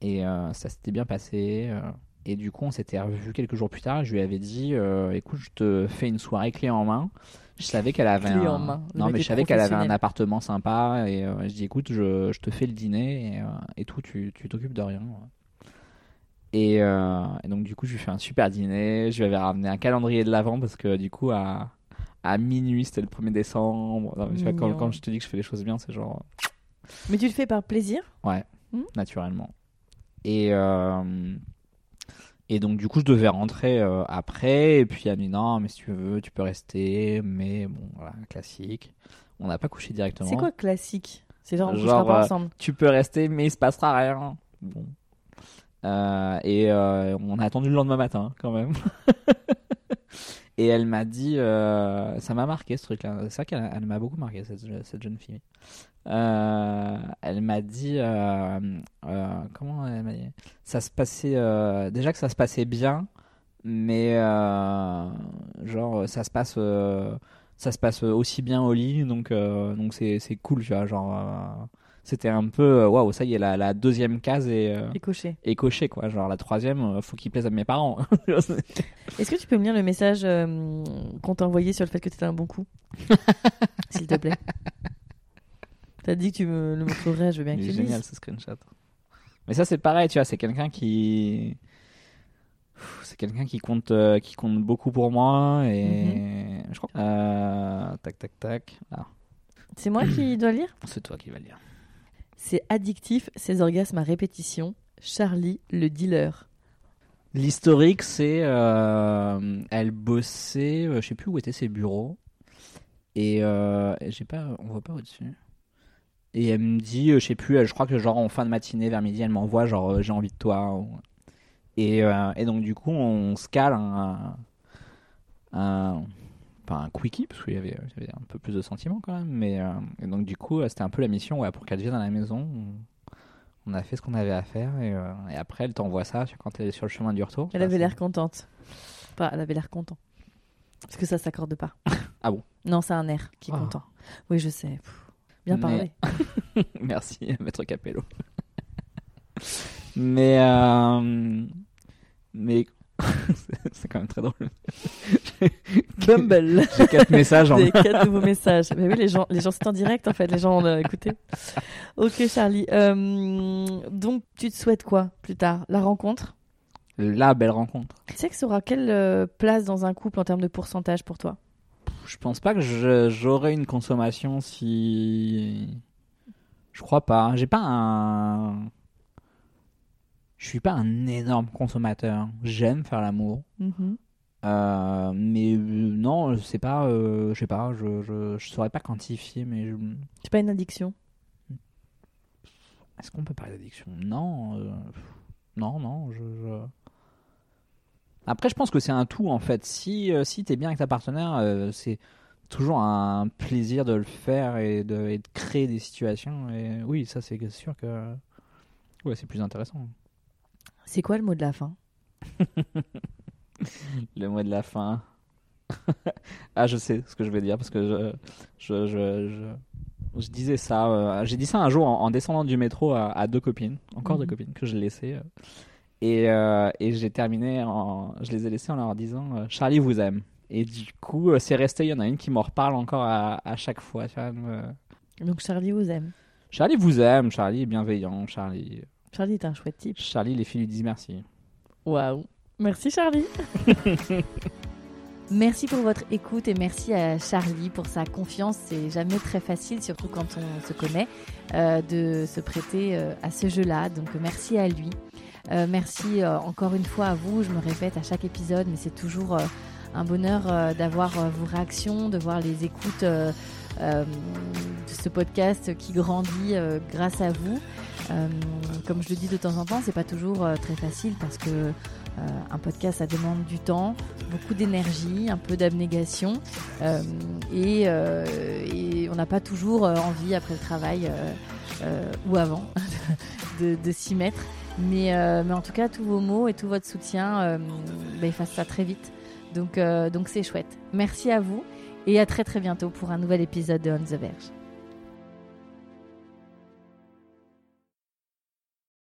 S2: et euh, ça s'était bien passé. euh, et du coup, on s'était revus quelques jours plus tard. Je lui avais dit euh, Écoute, je te fais une soirée clé en main. Je savais qu'elle avait,
S1: Clé
S2: un...
S1: en main. Le
S2: Non,
S1: mec
S2: mais je
S1: est
S2: savais qu'elle avait un
S1: professionnel.
S2: appartement sympa. Et euh, je dis Écoute, je, je te fais le dîner et, euh, et tout, tu tu t'occupes de rien. Et, euh, et donc, du coup, je lui ai fait un super dîner. Je lui avais ramené un calendrier de l'avant parce que, du coup, à, à minuit, c'était le 1er décembre. Non, mais tu vois, quand,
S1: Mignon.
S2: quand je te dis que je fais les choses bien, c'est genre
S1: Mais tu le fais par plaisir
S2: naturellement. Et, euh, et donc, du coup, je devais rentrer euh, après. Et puis, elle me dit non, mais si tu veux, tu peux rester. Mais bon, voilà, classique. On n'a pas couché directement.
S1: C'est quoi classique C'est genre on
S2: Genre,
S1: couchera pas
S2: euh,
S1: ensemble.
S2: tu peux rester, mais il se passera rien. Bon. Euh, et euh, on a attendu le lendemain matin, hein, quand même. et elle m'a dit, euh, ça m'a marqué ce truc-là. C'est vrai qu'elle elle m'a beaucoup marqué, cette, cette jeune fille. Euh, elle m'a dit, euh, euh, comment elle m'a dit Ça se passait, euh, déjà que ça se passait bien, mais euh, genre, ça se passe. euh, ça se passe aussi bien au lit, donc euh, donc c'est c'est cool, tu vois, genre euh, c'était un peu euh, waouh ça y est la, la deuxième case est, euh,
S1: Et coché.
S2: est cochée quoi genre la troisième euh, faut qu'il plaise à mes parents
S1: Est-ce que tu peux me lire le message euh, qu'on t'a envoyé sur le fait que t'étais un bon coup S'il te plaît. T'as dit que tu me le montrerais, je veux bien que
S2: Il
S1: tu
S2: est
S1: le
S2: génial
S1: lises.
S2: ce screenshot mais ça c'est pareil tu vois c'est quelqu'un qui Pff, c'est quelqu'un qui compte euh, qui compte beaucoup pour moi et je crois euh, tac tac tac Ah,
S1: C'est moi qui dois lire
S2: c'est toi qui vas le lire
S1: C'est addictif, ces orgasmes à répétition. Charlie, le dealer.
S2: L'historique, c'est euh, elle bossait, euh, je sais plus où étaient ses bureaux, et euh, j'ai pas, on voit pas au-dessus. Et elle me dit, euh, je sais plus, euh, je crois que genre en fin de matinée, vers midi, elle m'envoie genre euh, j'ai envie de toi. ou- Et, euh, et donc du coup, on se cale un, un, pas un quickie parce qu'il y, avait- il y avait un peu plus de sentiments quand même, mais euh, et donc du coup, euh, c'était un peu la mission ouais, pour qu'elle vienne à la maison. on- on a fait ce qu'on avait à faire et, euh, et après elle t'envoie ça sur- quand elle est sur le chemin du retour.
S1: Elle avait l'air contente. Enfin, elle avait l'air content. Parce que ça s'accorde pas.
S2: Ah bon
S1: Non, c'est un air qui est
S2: Ah.
S1: content. Oui, je sais. Pff, Bien
S2: Mais-
S1: parlé.
S2: Merci, maître Capello. mais euh, mais c'est- c'est quand même très drôle.
S1: Bumble.
S2: J'ai quatre messages en
S1: Des quatre nouveaux messages. Mais oui, les gens, les gens c'est en direct en fait. Les gens ont euh, écouté. Ok, Charlie. Euh, donc, tu te souhaites quoi plus tard La rencontre.
S2: la belle rencontre.
S1: Tu sais que ça aura quelle euh, place dans un couple en termes de pourcentage pour toi
S2: Je pense pas que je- j'aurais une consommation si je crois pas. J'ai pas un je suis pas un énorme consommateur. J'aime faire l'amour. Euh, mais euh, non, c'est pas, euh, je sais pas, je, je, je saurais pas quantifier, mais je-
S1: C'est pas une addiction.
S2: est-ce qu'on peut parler d'addiction Non, euh, pff, non, non, je, je- Après, je pense que c'est un tout en fait. Si, euh, si t'es bien avec ta partenaire, euh, c'est toujours un plaisir de le faire et de, et de créer des situations. Et oui, ça c'est sûr que. Ouais, c'est plus intéressant.
S1: C'est quoi le mot de la fin
S2: Le mot de la fin. Ah, je sais ce que je vais dire parce que je, je, je, je- je disais ça. euh, J'ai dit ça un jour en, en descendant du métro à, à deux copines, encore deux
S4: Mhm.
S2: copines que je laissais. euh, et euh, et j'ai terminé, en, je les ai laissées en leur disant euh, Charlie vous aime. Et du coup, euh, c'est resté. Il y en a une qui m'en reparle encore à, à chaque fois. tu vois, elle me-
S4: Donc Charlie vous aime.
S2: Charlie vous aime, Charlie est bienveillant, Charlie.
S4: Charlie est un chouette type.
S2: Charlie, les filles lui disent merci.
S4: Waouh. Merci Charlie.
S1: Merci pour votre écoute et merci à Charlie pour sa confiance. C'est jamais très facile, surtout quand on se connaît, euh, de se prêter euh, à ce jeu-là. Donc euh, merci à lui. Euh, merci euh, encore une fois à vous. Je me répète à chaque épisode, mais c'est toujours euh, un bonheur euh, d'avoir euh, vos réactions, de voir les écoutes euh, euh, de ce podcast qui grandit euh, grâce à vous. Euh, comme je le dis de temps en temps, c'est pas toujours euh, très facile parce que euh, un podcast ça demande du temps beaucoup d'énergie, un peu d'abnégation. euh, et, euh, et on n'a pas toujours euh, envie, après le travail euh, euh, ou avant, de, de s'y mettre. Mais, euh, mais en tout cas, tous vos mots et tout votre soutien, euh, ben, ils fassent ça très vite. Donc euh, donc c'est chouette. Merci à vous et à très très bientôt pour un nouvel épisode de On the Verge.